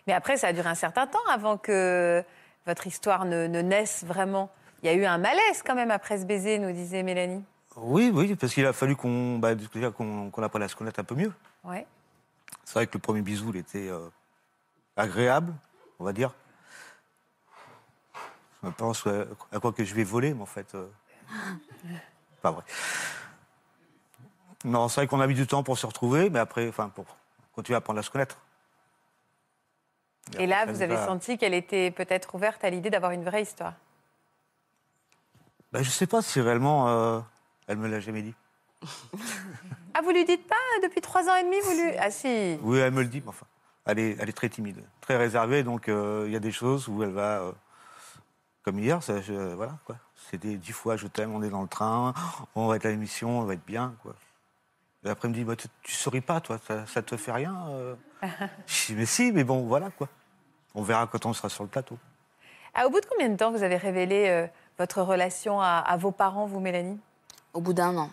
Speaker 7: Mais après, ça a duré un certain temps avant que votre histoire ne, ne naisse vraiment. Il y a eu un malaise quand même après ce baiser, nous disait Mélanie.
Speaker 9: Oui, oui, parce qu'il a fallu qu'on bah, déjà qu'on qu'on apprenne à se connaître un peu mieux.
Speaker 7: Ouais.
Speaker 9: C'est vrai que le premier bisou, il était euh, agréable, on va dire. Je me pense euh, à quoi que je vais voler, mais en fait. euh, pas vrai. Non, c'est vrai qu'on a mis du temps pour se retrouver, mais après, enfin, pour continuer à apprendre à se connaître.
Speaker 7: Et là,
Speaker 9: après, ça
Speaker 7: vous
Speaker 9: nous
Speaker 7: avez
Speaker 9: a-
Speaker 7: senti qu'elle était peut-être ouverte à l'idée d'avoir une vraie histoire.
Speaker 9: Bah, je sais pas si réellement euh, elle me l'a jamais dit.
Speaker 7: Ah, vous lui dites pas depuis trois ans et demi, vous lui... Ah si.
Speaker 9: Oui, elle me le dit, mais enfin, elle est, elle est très timide, très réservée, donc euh, il y a des choses où elle va, euh, comme hier, ça, je- voilà, quoi. C'est des dix fois, je t'aime, on est dans le train, on va être à l'émission, on va être bien, quoi. Et après, elle me dit, bah, tu, tu souris pas, toi, ça, ça te fait rien euh Je dis, mais si, mais bon, voilà, quoi. On verra quand on sera sur le plateau.
Speaker 7: Ah, au bout de combien de temps vous avez révélé euh, votre relation à, à vos parents, vous, Mélanie
Speaker 8: Au bout d'un an.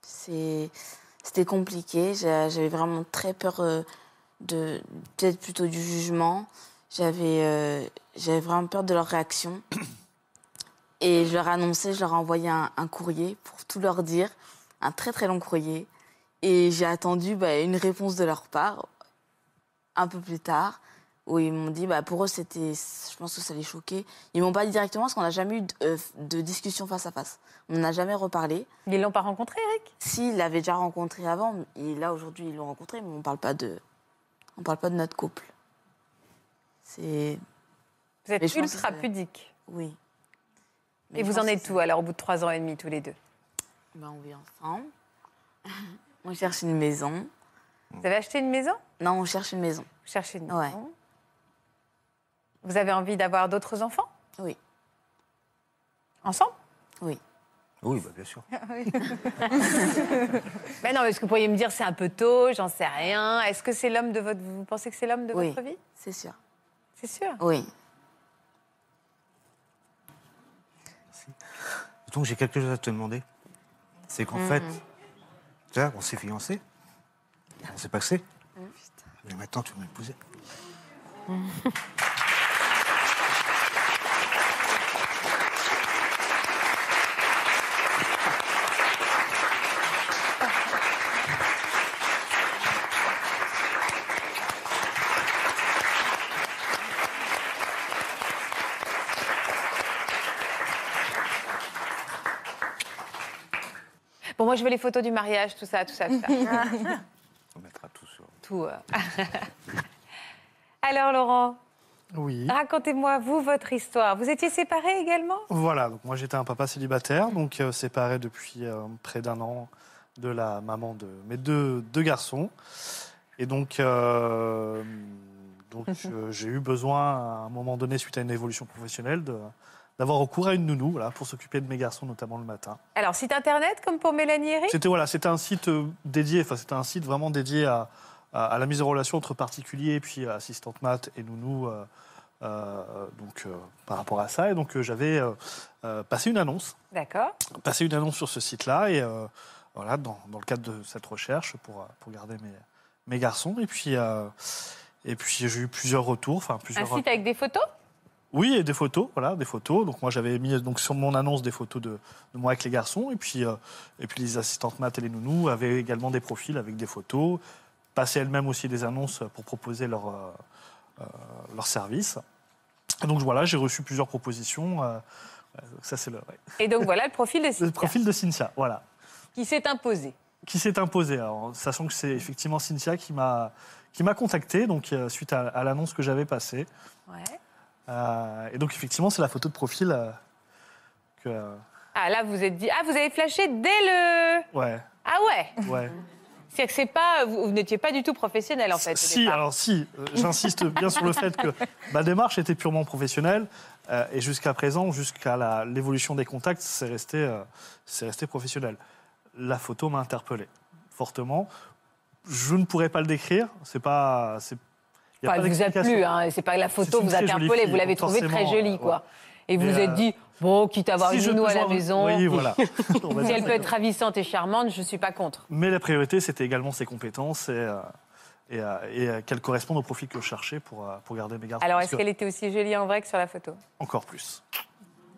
Speaker 8: C'est- C'était compliqué. J'a- J'avais vraiment très peur euh, de. Peut-être plutôt du jugement. J'avais euh, j'avais vraiment peur de leur réaction. Et je leur annonçais, je leur ai envoyé un, un courrier pour tout leur dire. Un très très long courrier. Et j'ai attendu bah, une réponse de leur part un peu plus tard. Où ils m'ont dit, bah, pour eux, c'était. Je pense que ça les choquait. Ils m'ont pas dit directement parce qu'on n'a jamais eu de- euh, de discussion face à face. On n'a jamais reparlé.
Speaker 7: Ils l'ont pas rencontré, Eric
Speaker 8: S'il l'avait déjà rencontré avant, et là aujourd'hui ils l'ont rencontré, mais on parle pas de, on parle pas de notre couple. C'est
Speaker 7: Vous êtes
Speaker 8: Mais je pense que
Speaker 7: ultra
Speaker 8: ça-
Speaker 7: pudique.
Speaker 8: oui. Mais
Speaker 1: Et
Speaker 8: je
Speaker 1: vous
Speaker 8: pense
Speaker 1: en
Speaker 8: que
Speaker 1: êtes
Speaker 8: c'est-
Speaker 1: tout alors au bout de trois ans et demi tous les deux
Speaker 8: Ben, on vit ensemble. on cherche une maison.
Speaker 1: Vous avez acheté une maison
Speaker 8: Non, on cherche une maison.
Speaker 1: Vous cherchez une maison
Speaker 8: Ouais.
Speaker 1: Vous avez envie d'avoir d'autres enfants
Speaker 8: Oui.
Speaker 1: Ensemble
Speaker 9: Oui, bah, bien sûr.
Speaker 1: Mais non, est-ce que vous pourriez me dire c'est un peu tôt, j'en sais rien. Est-ce que c'est l'homme de votre... Vous pensez que c'est l'homme de
Speaker 8: Oui.
Speaker 1: votre vie
Speaker 8: C'est sûr.
Speaker 1: C'est sûr.
Speaker 8: Oui.
Speaker 9: Donc j'ai quelque chose à te demander. C'est qu'en fait, tu vois, on s'est fiancés, on s'est passé, mais maintenant tu veux m'épouser.
Speaker 1: Bon, moi, je veux les photos du mariage, tout ça, tout ça, tout ça.
Speaker 9: On mettra tout sur.
Speaker 1: tout. euh. Alors, Laurent,
Speaker 5: Oui.
Speaker 1: racontez-moi, vous, votre histoire. Vous étiez séparés également
Speaker 5: Voilà, donc moi j'étais un papa célibataire, donc euh, séparé depuis euh, près d'un an de la maman de mes deux, deux garçons. Et donc, euh, donc euh, j'ai eu besoin à un moment donné, suite à une évolution professionnelle, de- d'avoir recours à une nounou voilà, pour s'occuper de mes garçons, notamment le matin.
Speaker 1: Alors, site internet, comme pour Mélanie et Eric
Speaker 5: C'était voilà, c'était un site euh, dédié, enfin c'était un site vraiment dédié à, à- à la mise en relation entre particuliers et puis assistante mat et nounou. euh, euh, donc euh, par rapport à ça et donc euh, j'avais euh, euh, passé une annonce
Speaker 1: D'accord.
Speaker 5: passer une annonce sur ce site-là et euh, voilà, dans, dans le cadre de cette recherche pour, euh, pour garder mes, mes garçons. Et puis, euh, et puis j'ai eu plusieurs retours, enfin
Speaker 1: Un
Speaker 5: plusieurs.
Speaker 1: site avec des photos
Speaker 5: Oui, et des photos, voilà, des photos. Donc moi j'avais mis donc sur mon annonce des photos de, de moi avec les garçons et puis euh, et puis les assistantes maths et les nounous avaient également des profils avec des photos, passaient elles-mêmes aussi des annonces pour proposer leur euh, euh, leur service. Donc voilà, j'ai reçu plusieurs propositions. euh, ouais, donc ça c'est le, ouais.
Speaker 1: Et donc, voilà le profil de
Speaker 5: le
Speaker 1: Cynthia,
Speaker 5: profil de Cynthia, voilà.
Speaker 1: qui s'est imposé.
Speaker 5: qui s'est imposé. Alors, sachant que c'est effectivement Cynthia qui m'a qui m'a contacté donc euh, suite à, à l'annonce que j'avais passée.
Speaker 1: Ouais.
Speaker 5: Euh, et donc effectivement, c'est la photo de profil euh, que euh,
Speaker 1: Ah, là, vous vous êtes dit... Ah, vous avez flashé dès le...
Speaker 5: ouais
Speaker 1: Ah ouais
Speaker 5: ouais.
Speaker 1: C'est que c'est pas... Vous, vous n'étiez pas du tout professionnel, en fait, au
Speaker 5: si
Speaker 1: départ.
Speaker 5: alors si, euh, j'insiste bien sur le fait que ma démarche était purement professionnelle euh, et jusqu'à présent, jusqu'à la- l'évolution des contacts, c'est resté euh, c'est resté professionnel. La photo m'a interpellé fortement. Je ne pourrais pas le décrire. C'est pas c'est il y a
Speaker 1: Enfin,
Speaker 5: pas
Speaker 1: elle vous a
Speaker 5: d'explication.
Speaker 1: plu, hein. c'est pas que la photo
Speaker 5: une
Speaker 1: vous a
Speaker 5: très jolie
Speaker 1: interpellé,
Speaker 5: fille,
Speaker 1: vous l'avez
Speaker 5: donc
Speaker 1: trouvée très
Speaker 5: forcément, euh,
Speaker 1: jolie,
Speaker 5: ouais,
Speaker 1: quoi. Et vous
Speaker 5: Et,
Speaker 1: vous êtes
Speaker 5: euh,
Speaker 1: dit, bon, quitte à avoir
Speaker 5: Si
Speaker 1: une
Speaker 5: je
Speaker 1: nounou
Speaker 5: peux
Speaker 1: à la
Speaker 5: voir-
Speaker 1: maison,
Speaker 5: Oui, voilà. On va
Speaker 1: si elle
Speaker 5: dire ça
Speaker 1: peut
Speaker 5: comme
Speaker 1: être
Speaker 5: ça.
Speaker 1: ravissante et charmante, je suis pas contre.
Speaker 5: Mais la priorité, c'était également ses compétences et, euh, et, euh, et, euh, qu'elles correspondent au profil que je cherchais pour, euh, pour garder mes garçons.
Speaker 1: Alors,
Speaker 5: Parce
Speaker 1: est-ce
Speaker 5: que-
Speaker 1: qu'elle était aussi jolie en vrai que sur la photo
Speaker 5: Encore plus.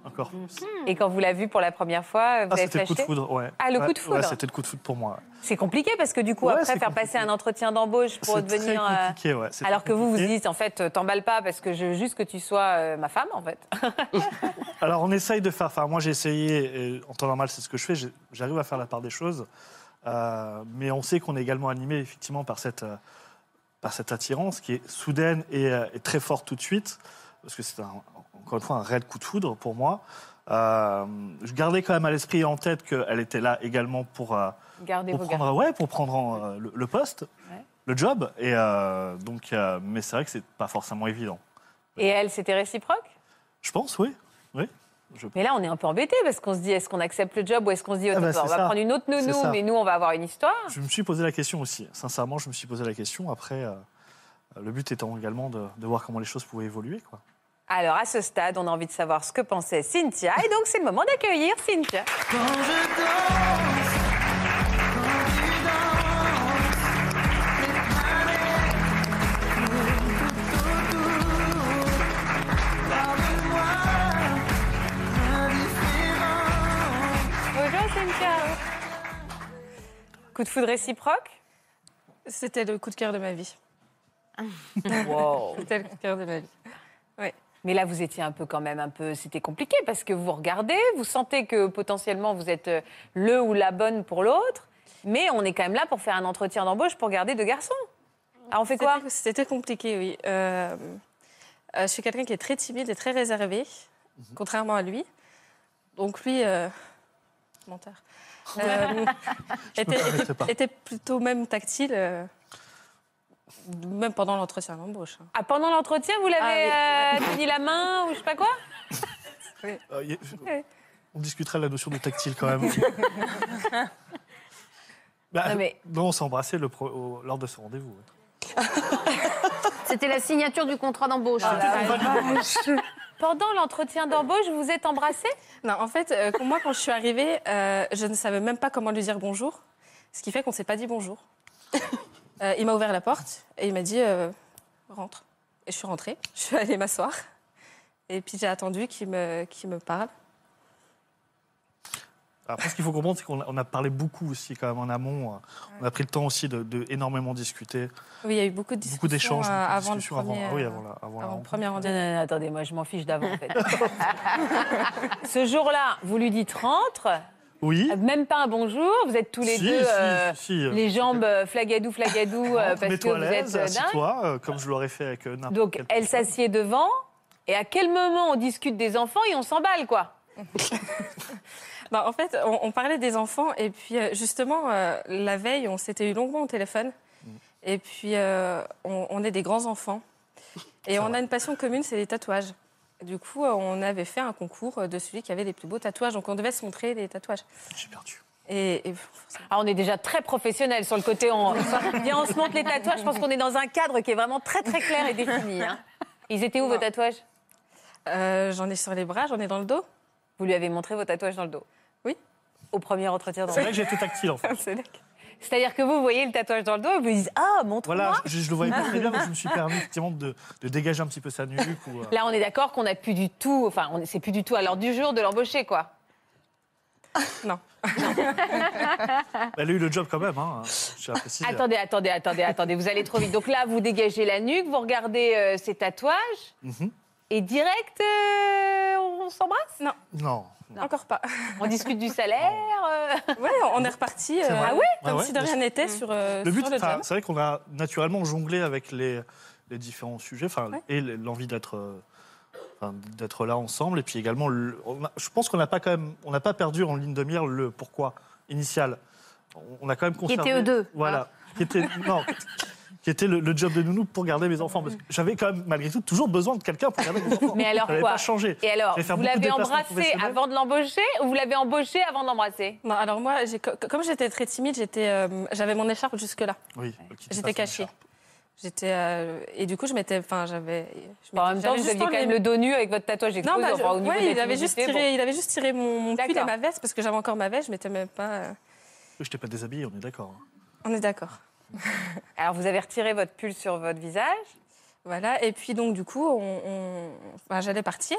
Speaker 5: Encore plus.
Speaker 1: Et quand vous l'avez vue pour la première fois, vous
Speaker 5: Ah,
Speaker 1: avez
Speaker 5: c'était le coup de
Speaker 1: flashé
Speaker 5: foudre, ouais.
Speaker 1: Ah, le coup
Speaker 5: Ouais,
Speaker 1: de foudre.
Speaker 5: ouais, c'était le coup de foudre pour moi. ouais.
Speaker 1: C'est compliqué parce que du coup,
Speaker 5: Ouais,
Speaker 1: après,
Speaker 5: c'est
Speaker 1: faire
Speaker 5: compliqué.
Speaker 1: passer un entretien d'embauche pour
Speaker 5: C'est très
Speaker 1: devenir... euh,
Speaker 5: compliqué, ouais. c'est
Speaker 1: Alors
Speaker 5: très
Speaker 1: que vous vous
Speaker 5: compliqué.
Speaker 1: dites, en fait, euh, t'emballe pas parce que je veux juste que tu sois euh, ma femme, en fait.
Speaker 5: Alors, on essaye de faire. Enfin, moi, j'ai essayé, et en temps normal, c'est ce que je fais, j'ai- j'arrive à faire la part des choses. Euh, mais on sait qu'on est également animé, effectivement, par cette, euh, par cette attirance qui est soudaine et, euh, et très forte tout de suite. Parce que c'est un- encore une fois un raide coup de foudre pour moi. Euh, je gardais quand même à l'esprit et en tête qu'elle était là également pour. euh,
Speaker 1: Gardez
Speaker 5: pour
Speaker 1: vos garçons.
Speaker 5: prendre, ouais, pour prendre en, euh, le, le poste,
Speaker 1: Ouais.
Speaker 5: le job. Et euh, donc, euh, mais c'est vrai que c'est pas forcément évident.
Speaker 1: Et elle, c'était réciproque
Speaker 5: Je pense, oui. Oui.
Speaker 1: Mais là, on est un peu embêté parce qu'on se dit, est-ce qu'on accepte le job ou est-ce qu'on se dit,
Speaker 5: Ah bah,
Speaker 1: attends, on
Speaker 5: c'est
Speaker 1: va
Speaker 5: ça.
Speaker 1: prendre une autre
Speaker 5: C'est
Speaker 1: nounou,
Speaker 5: ça.
Speaker 1: mais nous, on va avoir une histoire.
Speaker 5: Je me suis posé la question aussi. Sincèrement, je me suis posé la question. Après, euh, le but étant également de, de voir comment les choses pouvaient évoluer, quoi.
Speaker 1: Alors, à ce stade, on a envie de savoir ce que pensait Cynthia. Et donc, c'est le moment d'accueillir Cynthia. Bonjour, Cynthia. Coup de foudre réciproque
Speaker 10: C'était le coup de cœur de ma vie.
Speaker 1: Wow.
Speaker 10: C'était le coup de cœur de ma vie.
Speaker 1: Mais là, vous étiez un peu quand même un peu. C'était compliqué parce que vous regardez, vous sentez que potentiellement vous êtes euh, le ou la bonne pour l'autre, mais on est quand même là pour faire un entretien d'embauche pour garder deux garçons. Alors on fait quoi
Speaker 11: C'était- C'était compliqué, oui. Euh,
Speaker 5: Mhm.
Speaker 11: euh, je suis quelqu'un qui est très timide et très réservé, contrairement à lui. donc lui, euh, menteur, euh, était,
Speaker 5: m'arrêtais
Speaker 11: était-
Speaker 5: pas.
Speaker 11: était plutôt même tactile, euh, même pendant l'entretien d'embauche. hein.
Speaker 1: Ah, pendant l'entretien, vous l'avez
Speaker 11: Ah,
Speaker 1: euh, tenu la main ou je sais pas quoi
Speaker 5: Euh, y- On discuterait de la notion de tactile quand même. Bah,
Speaker 1: Non, mais-
Speaker 5: non, on s'est embrassé le pro- au- lors de ce rendez-vous. ouais.
Speaker 6: C'était la signature du contrat d'embauche.
Speaker 1: Ah,
Speaker 5: Ah,
Speaker 1: Pendant l'entretien d'embauche, vous vous êtes embrassés
Speaker 11: Non, en fait, euh, quand- moi, quand je suis arrivée, euh, je ne savais même pas comment lui dire bonjour, ce qui fait qu'on ne s'est pas dit bonjour. Euh, il m'a ouvert la porte et il m'a dit euh, rentre. Et je suis rentrée, je suis allée m'asseoir. Et puis j'ai attendu qu'il me, qu'il me parle.
Speaker 5: Après, ce qu'il faut comprendre, c'est qu'on a- on a parlé beaucoup aussi quand même en amont. euh, On a pris le temps aussi de, de énormément discuter,
Speaker 11: Oui, il y a eu beaucoup de
Speaker 5: beaucoup
Speaker 11: discussions
Speaker 5: d'échanges,
Speaker 11: euh,
Speaker 5: beaucoup de
Speaker 11: avant, le
Speaker 5: discussions avant,
Speaker 11: premier, euh,
Speaker 5: ah oui, avant la, avant la
Speaker 11: avant le
Speaker 5: rencontre.
Speaker 11: premier
Speaker 1: Non,
Speaker 11: rendez-vous.
Speaker 1: non, non, attendez, moi je m'en fiche d'avant en fait. Ce jour-là, vous lui dites rentre,
Speaker 5: Oui.
Speaker 1: même pas un bonjour, vous êtes tous les
Speaker 5: Si,
Speaker 1: deux
Speaker 5: si,
Speaker 1: euh,
Speaker 5: si, si, euh,
Speaker 1: les jambes euh, flagadou flagadou euh, parce
Speaker 5: Rentre,
Speaker 1: que
Speaker 5: Mets-toi à
Speaker 1: vous êtes
Speaker 5: l'aise,
Speaker 1: euh, dingue.
Speaker 5: assis-toi, euh, comme je l'aurais fait avec euh, n'importe
Speaker 1: Donc
Speaker 5: quelle
Speaker 1: elle
Speaker 5: personne.
Speaker 1: s'assied devant et à quel moment on discute des enfants et on s'emballe quoi
Speaker 11: Bah, en fait, on, on parlait des enfants et puis euh, justement, euh, la veille, on s'était eu longuement au téléphone.
Speaker 5: Mm.
Speaker 11: Et puis, euh, on, on est des grands-enfants. Et on a une passion commune, c'est les tatouages. Du coup, euh, on avait fait un concours euh, de celui qui avait les plus beaux tatouages. Donc, on devait se montrer les tatouages.
Speaker 5: J'ai perdu.
Speaker 11: Et, et-
Speaker 1: Ah, on est déjà très professionnel sur le côté on, Viens, on se montre les tatouages, je pense qu'on est dans un cadre qui est vraiment très très clair et défini. hein. Ils étaient où vos tatouages
Speaker 11: euh, j'en ai sur les bras, j'en ai dans le dos.
Speaker 1: Vous lui avez montré vos tatouages dans le dos
Speaker 11: Oui.
Speaker 1: Au premier entretien dans
Speaker 5: C'est vrai que j'étais tactile en fait.
Speaker 11: C'est là que-
Speaker 1: C'est-à-dire que vous voyez le tatouage dans le dos et vous vous dites Ah, montre-moi
Speaker 5: Voilà, je, je le voyais pas très bien, mais je me suis permis effectivement de, de dégager un petit peu sa nuque. Ou, euh,
Speaker 1: Là, on est d'accord qu'on n'a plus du tout, enfin, on- c'est plus du tout à l'heure du jour de l'embaucher, quoi.
Speaker 5: Bah, Elle a eu le job quand même, hein. J'ai apprécié.
Speaker 1: Attendez, attendez, attendez, attendez, vous allez trop vite. Donc là, vous dégagez la nuque, vous regardez euh, ses tatouages,
Speaker 5: Mhm.
Speaker 1: et direct, euh, on s'embrasse
Speaker 5: Non.
Speaker 11: Encore pas.
Speaker 1: On discute du salaire euh, Mm.
Speaker 11: Ouais, on est reparti.
Speaker 5: C'est vrai.
Speaker 11: ah ouais
Speaker 5: Ouais,
Speaker 11: Comme
Speaker 5: ouais,
Speaker 11: si de
Speaker 5: bien
Speaker 11: rien n'était sur, euh,
Speaker 5: Le but,
Speaker 11: sur le
Speaker 5: enfin,
Speaker 11: job.
Speaker 5: c'est vrai qu'on a naturellement jonglé avec les, les différents sujets, enfin,
Speaker 11: Ouais.
Speaker 5: et l- l'envie d'être, euh, enfin, d'être là ensemble, et puis également, le- on a- je pense qu'on n'a pas quand même, on n'a pas perdu en ligne de mire le pourquoi initial. On- On a quand même conservé.
Speaker 6: était eux deux,
Speaker 5: Voilà.
Speaker 1: hein.
Speaker 5: Qui était non, qui était le, le job de nounou pour garder mes enfants, parce que j'avais quand même malgré tout toujours besoin de quelqu'un pour garder mes enfants.
Speaker 1: Mais alors
Speaker 5: ça n'avait
Speaker 1: quoi
Speaker 5: pas changé.
Speaker 1: Et alors,
Speaker 5: Je vais faire
Speaker 1: vous
Speaker 5: beaucoup de
Speaker 1: l'avez
Speaker 5: déplacements
Speaker 1: embrassé
Speaker 5: professionnels.
Speaker 1: avant de l'embaucher ou vous l'avez embauché avant de l'embrasser
Speaker 11: Non, alors moi, j'ai- co- comme j'étais très timide, j'étais, euh, j'avais mon écharpe jusque-là.
Speaker 5: Oui. qui dit ça,
Speaker 11: J'étais
Speaker 5: c'est
Speaker 11: cachée.
Speaker 5: cher.
Speaker 11: J'étais euh, et du coup je m'étais enfin j'avais je
Speaker 1: Enfin,
Speaker 11: m'étais-
Speaker 1: En même temps,
Speaker 11: j'avais
Speaker 1: vous
Speaker 11: juste
Speaker 1: aviez quand
Speaker 11: enlevé-
Speaker 1: même le dos nu avec votre tatouage
Speaker 11: Non,
Speaker 1: exposé,
Speaker 11: bah, je-
Speaker 1: enfin, au niveau
Speaker 11: ouais,
Speaker 1: de la
Speaker 11: il avait juste
Speaker 1: timidité, bon.
Speaker 11: tiré il avait juste tiré mon, mon pull et
Speaker 1: D'accord.
Speaker 11: ma veste parce que j'avais encore ma veste, je m'étais même pas euh,
Speaker 5: Je t'ai pas déshabillé, on est d'accord. hein.
Speaker 11: On est d'accord.
Speaker 1: Alors, vous avez retiré votre pull sur votre visage.
Speaker 11: Voilà et puis donc du coup on, on- enfin, j'allais partir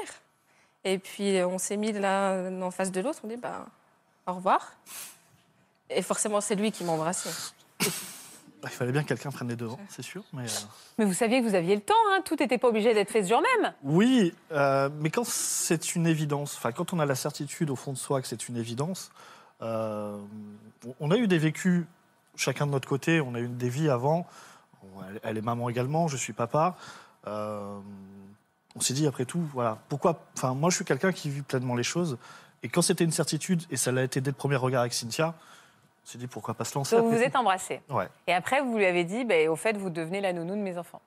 Speaker 11: et puis on s'est mis l'un en face de l'autre, on dit bah au revoir. Et forcément c'est lui qui m'embrassait.
Speaker 5: Il fallait bien que quelqu'un prenne les devants, c'est sûr. Mais euh,
Speaker 1: Mais vous saviez que vous aviez le temps, hein, tout n'était pas obligé d'être fait ce jour même.
Speaker 5: Oui, euh, mais quand c'est une évidence, enfin quand on a la certitude au fond de soi que c'est une évidence, euh, on- on a eu des vécus chacun de notre côté, on a eu des vies avant. On- elle- Elle est maman également, je suis papa. Euh, on s'est dit après tout, voilà, pourquoi Enfin, moi, je suis quelqu'un qui vit pleinement les choses. Et quand c'était une certitude, et ça l'a été dès le premier regard avec Cynthia, on s'est dit pourquoi pas se lancer.
Speaker 1: Donc, vous
Speaker 5: après
Speaker 1: vous êtes embrassés.
Speaker 5: tout. Ouais.
Speaker 1: Et après, vous lui avez dit, ben, au fait, vous devenez la nounou de mes enfants.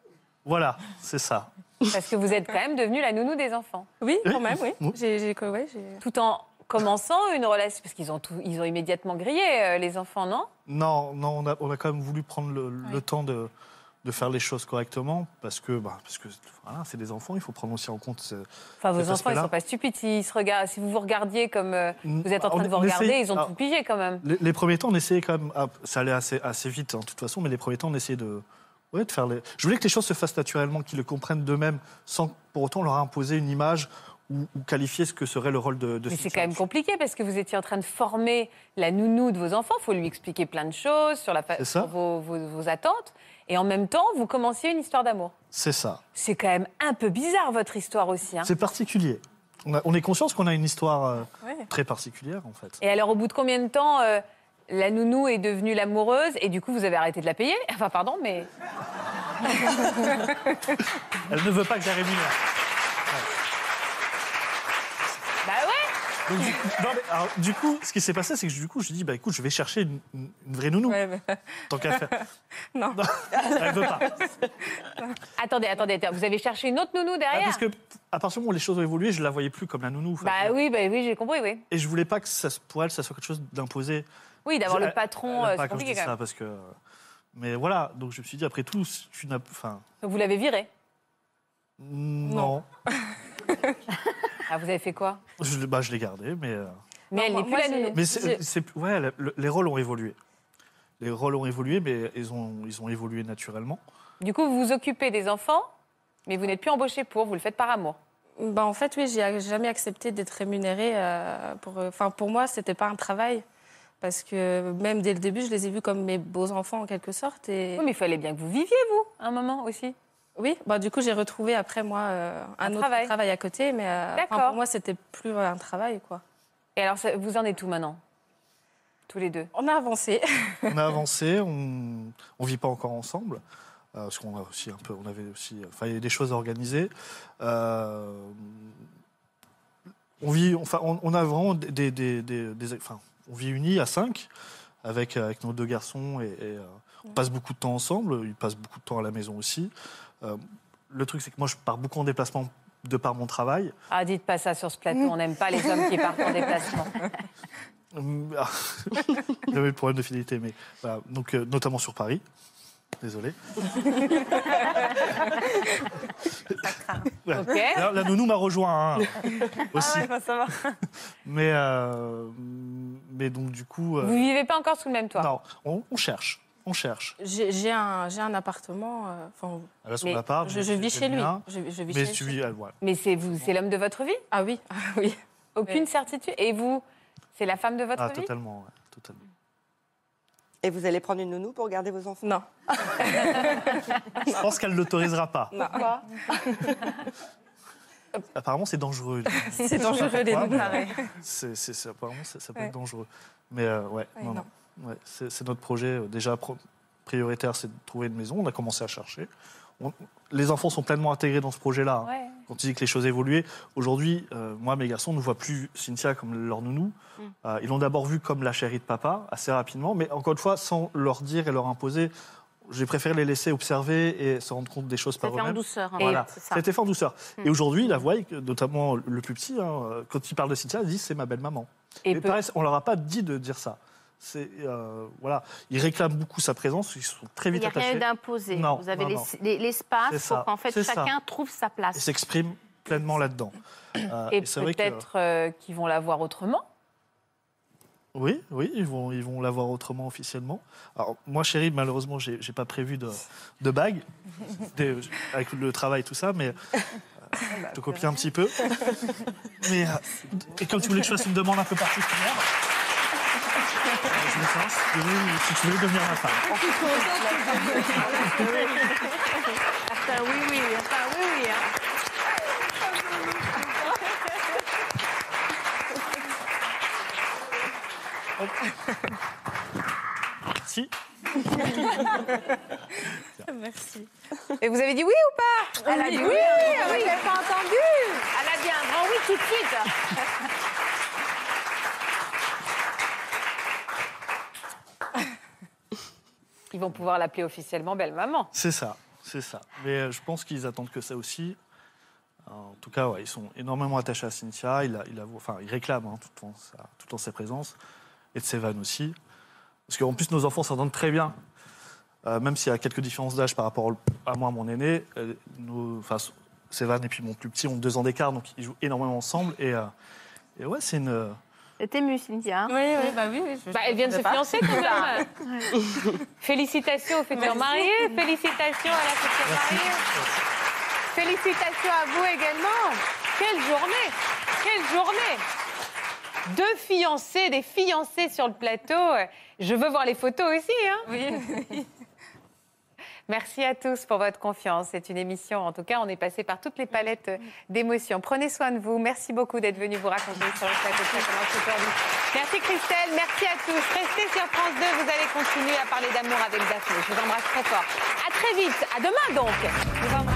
Speaker 5: Voilà, c'est ça.
Speaker 1: Parce que vous êtes quand même devenue la nounou des enfants.
Speaker 11: Oui,
Speaker 5: Oui.
Speaker 11: quand même, oui.
Speaker 5: Oui.
Speaker 11: J'ai j'ai ouais, j'ai
Speaker 1: Tout en commençant une relation. Parce qu'ils ont, tout, ils ont immédiatement grillé, euh, les enfants, non
Speaker 5: Non, non, on a, on a quand même voulu prendre le, le temps de, de faire les choses correctement parce que, bah, parce que voilà, c'est des enfants, il faut prendre aussi en compte. ce-
Speaker 1: Enfin, vos enfants,
Speaker 5: Cet
Speaker 1: ils
Speaker 5: aspect-là.
Speaker 1: sont pas stupides. Ils se regardent, si vous vous regardiez comme euh, vous êtes en train
Speaker 5: On-
Speaker 1: de vous
Speaker 5: on
Speaker 1: regarder,
Speaker 5: essaye-
Speaker 1: ils ont
Speaker 5: ah,
Speaker 1: tout pigé quand même.
Speaker 5: les, les premiers temps, on essayait quand même. ah, ça allait assez, assez vite, hein, de toute façon, mais les premiers temps, on essayait de, ouais, de faire les. Je voulais que les choses se fassent naturellement, qu'ils le comprennent d'eux-mêmes, sans pour autant leur imposer une image ou, ou qualifier ce que serait le rôle de. de
Speaker 1: Mais c'est
Speaker 5: Cynthia.
Speaker 1: quand même compliqué parce que vous étiez en train de former la nounou de vos enfants. Il faut lui expliquer plein de choses sur, la fa-
Speaker 5: C'est ça.
Speaker 1: sur vos, vos- vos attentes. Et en même temps, vous commenciez une histoire d'amour.
Speaker 5: C'est ça.
Speaker 1: C'est quand même un peu bizarre votre histoire aussi. hein.
Speaker 5: C'est particulier. On, a- on est conscience qu'on a une histoire euh, très particulière, en fait.
Speaker 1: Et alors, au bout de combien de temps euh, la nounou est devenue l'amoureuse et du coup, vous avez arrêté de la payer Enfin, pardon, mais.
Speaker 5: Elle ne veut pas que je la rémunère.
Speaker 1: Bah ouais
Speaker 5: Donc, du, coup, non, mais, alors, du coup, ce qui s'est passé, c'est que du coup, je dis, bah écoute, je vais chercher une, une- une vraie nounou,
Speaker 11: Ouais, mais-
Speaker 5: tant qu'à faire.
Speaker 11: Non.
Speaker 5: Elle veut pas.
Speaker 1: Attendez, attendez, attendez, vous avez cherché une autre nounou
Speaker 5: Ah,
Speaker 1: derrière
Speaker 5: parce que à partir du moment où les choses ont évolué, je la voyais plus comme la nounou. enfin,
Speaker 1: Bah oui, bah oui, j'ai compris, oui.
Speaker 5: Et je voulais pas que ça, se- pour elle, ça soit quelque chose d'imposé.
Speaker 1: Oui, d'avoir
Speaker 5: Je-
Speaker 1: le patron,
Speaker 5: Elle aime
Speaker 1: euh,
Speaker 5: pas
Speaker 1: c'est
Speaker 5: quand je
Speaker 1: compliqué
Speaker 5: dis
Speaker 1: quand
Speaker 5: ça,
Speaker 1: même.
Speaker 5: parce que. Mais voilà, donc je me suis dit, après tout, si tu n'as. Enfin,
Speaker 1: Donc vous l'avez viré.
Speaker 5: non.
Speaker 1: Ah, vous avez fait quoi
Speaker 5: Je, l'ai- bah, je l'ai gardé, mais. euh,
Speaker 1: Mais elle
Speaker 11: moi-
Speaker 1: n'est plus
Speaker 11: moi,
Speaker 1: la
Speaker 11: j'ai-
Speaker 1: nounou.
Speaker 5: Mais
Speaker 11: J'ai-
Speaker 5: c'est, c'est- ouais, le- le- les rôles ont évolué. Les rôles ont évolué, mais ils ont, ils ont évolué naturellement.
Speaker 1: Du coup, vous vous occupez des enfants, mais vous n'êtes plus embauché pour, vous le faites par amour.
Speaker 11: Bah, en fait, oui, j'ai jamais accepté d'être rémunérée. euh, pour, enfin, pour moi, c'était pas un travail. Parce que même dès le début, je les ai vus comme mes beaux-enfants, en quelque sorte. Et...
Speaker 1: Oui, mais il fallait bien que vous viviez, vous, à un moment aussi.
Speaker 11: Oui, bah, du coup, j'ai retrouvé après moi euh, un,
Speaker 1: Un
Speaker 11: autre
Speaker 1: travail.
Speaker 11: travail. à côté. Mais euh, enfin,
Speaker 1: D'accord.
Speaker 11: pour moi, c'était plus euh, un travail, quoi.
Speaker 1: Et alors, ça- vous en êtes où maintenant Tous les deux.
Speaker 11: On a avancé.
Speaker 5: On a avancé, on ne vit pas encore ensemble. euh, parce qu'on a aussi un peu, on avait aussi, enfin, il y avait des choses à organiser. Euh, on vit, enfin, on, on a vraiment des, des, des, des- des- enfin, on vit unis à cinq avec avec nos deux garçons et, et, euh, on passe beaucoup de temps ensemble. Ils passent beaucoup de temps à la maison aussi. Euh, le truc, c'est que moi, je pars beaucoup en déplacement de par mon travail.
Speaker 1: Ah, dites pas ça sur ce plateau, on n'aime pas les hommes qui partent en déplacement.
Speaker 5: Hum, ah, J'avais le problème de fidélité, mais voilà. Donc, euh, notamment sur Paris. Désolé. Ouais.
Speaker 1: Ok.
Speaker 5: Alors, la nounou m'a rejoint hein, aussi.
Speaker 11: ça va.
Speaker 5: mais, euh, mais donc, du coup. euh,
Speaker 1: Vous vivez pas encore sous le même toit
Speaker 5: non, on, on cherche. On cherche.
Speaker 11: J'ai j'ai un, j'ai un appartement. euh, Enfin,
Speaker 5: Elle a Ah bah, son
Speaker 1: Mais
Speaker 5: appart.
Speaker 11: je, je vis
Speaker 5: c'est
Speaker 11: chez lui.
Speaker 5: bien,
Speaker 11: Je, je vis
Speaker 5: mais
Speaker 11: chez
Speaker 5: tu
Speaker 11: lui.
Speaker 5: vis. elle, ouais.
Speaker 1: Mais c'est vous, c'est l'homme de votre vie
Speaker 11: Ah oui, ah oui.
Speaker 1: Aucune certitude. Et vous, c'est la femme de votre
Speaker 5: Ah,
Speaker 1: vie
Speaker 5: totalement. ouais, totalement.
Speaker 4: Et vous allez prendre une nounou pour garder vos enfants
Speaker 11: Non.
Speaker 5: Je pense qu'elle ne l'autorisera pas.
Speaker 11: Pourquoi
Speaker 5: Apparemment, c'est dangereux.
Speaker 11: C'est dangereux, les
Speaker 5: Pourquoi,
Speaker 11: noms
Speaker 5: mais-
Speaker 11: pareils.
Speaker 5: C'est, c'est- c'est- apparemment, ça, ça peut
Speaker 11: Ouais.
Speaker 5: être dangereux. Mais euh, ouais,
Speaker 11: Ouais,
Speaker 5: non, non. Ouais, c'est, c'est notre projet. euh, Déjà, pro- prioritaire, c'est de trouver une maison. On a commencé à chercher. On- les enfants sont pleinement intégrés dans ce projet-là. hein.
Speaker 1: Ouais.
Speaker 5: Quand tu dis que les choses évoluaient, aujourd'hui, euh, moi, mes garçons ne voient plus Cynthia comme leur nounou.
Speaker 7: Mm.
Speaker 5: Euh, ils l'ont d'abord vue comme la chérie de papa, assez rapidement, mais encore une fois, sans leur dire et leur imposer. J'ai préféré les laisser observer et se rendre compte des choses
Speaker 7: Ça
Speaker 5: par
Speaker 7: fait en
Speaker 5: eux-mêmes.
Speaker 7: douceur. hein,
Speaker 5: Voilà,
Speaker 7: c'est ça. Mm.
Speaker 5: c'était fait en douceur. Et aujourd'hui, la voix, notamment le plus petit, hein, euh, quand il parle de Cynthia, il dit c'est ma belle-maman.
Speaker 1: Et
Speaker 5: Mais
Speaker 1: peu-
Speaker 5: pareil, on leur a pas dit de dire ça. C'est euh, voilà, ils réclament beaucoup sa présence, ils sont très
Speaker 7: Il
Speaker 5: vite
Speaker 7: n'y a rien
Speaker 5: attachés
Speaker 7: d'imposé.
Speaker 5: Non,
Speaker 7: Vous avez
Speaker 5: non,
Speaker 7: les-
Speaker 5: non.
Speaker 7: les-
Speaker 5: C'est
Speaker 7: l'espace
Speaker 5: ça,
Speaker 7: pour qu'en fait
Speaker 5: c'est ça.
Speaker 7: chacun trouve sa
Speaker 5: et
Speaker 7: place.
Speaker 5: s'expriment pleinement là-dedans. Euh,
Speaker 1: et
Speaker 5: et c'est vrai que-
Speaker 1: peut-être euh, qu'ils vont la voir autrement.
Speaker 5: Oui, oui, ils vont, ils vont l'avoir autrement officiellement. Alors, moi, chérie, malheureusement, j'ai j'ai pas prévu de, de bague, des- avec le travail et tout ça, mais euh,
Speaker 1: Ah bah,
Speaker 5: je te copie un petit peu. Mais, euh, et comme tu voulais que je fasse une demande un peu particulière, euh, je voulais savoir si tu voulais- si tu voulais devenir ma femme.
Speaker 7: Enfin, oui, oui, enfin, oui, oui. hein.
Speaker 5: Merci.
Speaker 11: Merci.
Speaker 8: Et vous avez dit oui ou pas Elle a dit oui, oui, oui, je l'ai pas entendu.
Speaker 1: Elle a bien un grand oui tout de suite. Ils vont pouvoir l'appeler officiellement belle maman.
Speaker 5: C'est ça, c'est ça. Mais euh, je pense qu'ils attendent que ça aussi. Euh, En tout cas, ouais, ils sont énormément attachés à Cynthia. Il, a, il, a- enfin, il réclame hein, tout, le temps, sa- tout le temps sa présence et de ses vannes aussi. Parce qu'en plus, nos enfants s'entendent très bien. Euh, même s'il y a quelques différences d'âge par rapport au- à moi, mon aîné, euh, nos, enfin, s- ses vannes et puis mon plus petit ont deux ans d'écart, donc ils jouent énormément ensemble. Et, euh, et ouais, c'est une. euh,
Speaker 7: T'es émue, Cynthia. hein
Speaker 11: Oui, oui, bah oui. oui, je-
Speaker 1: Bah, elle vient de se fiancer quand même. Félicitations aux futurs mariés. Félicitations à la future mariée. Félicitations à vous également. Quelle journée. Quelle journée. Deux fiancés, des fiancés sur le plateau. Je veux voir les photos aussi. Hein Merci à tous pour votre confiance. C'est une émission, en tout cas, on est passé par toutes les palettes d'émotions. Prenez soin de vous. Merci beaucoup d'être venus vous raconter sur le plateau de Ça commence aujourd'hui. Merci Christelle, merci à tous. Restez sur France 2, vous allez continuer à parler d'amour avec Daphné. Je vous embrasse très fort. À très vite, à demain donc. Je vous embrasse.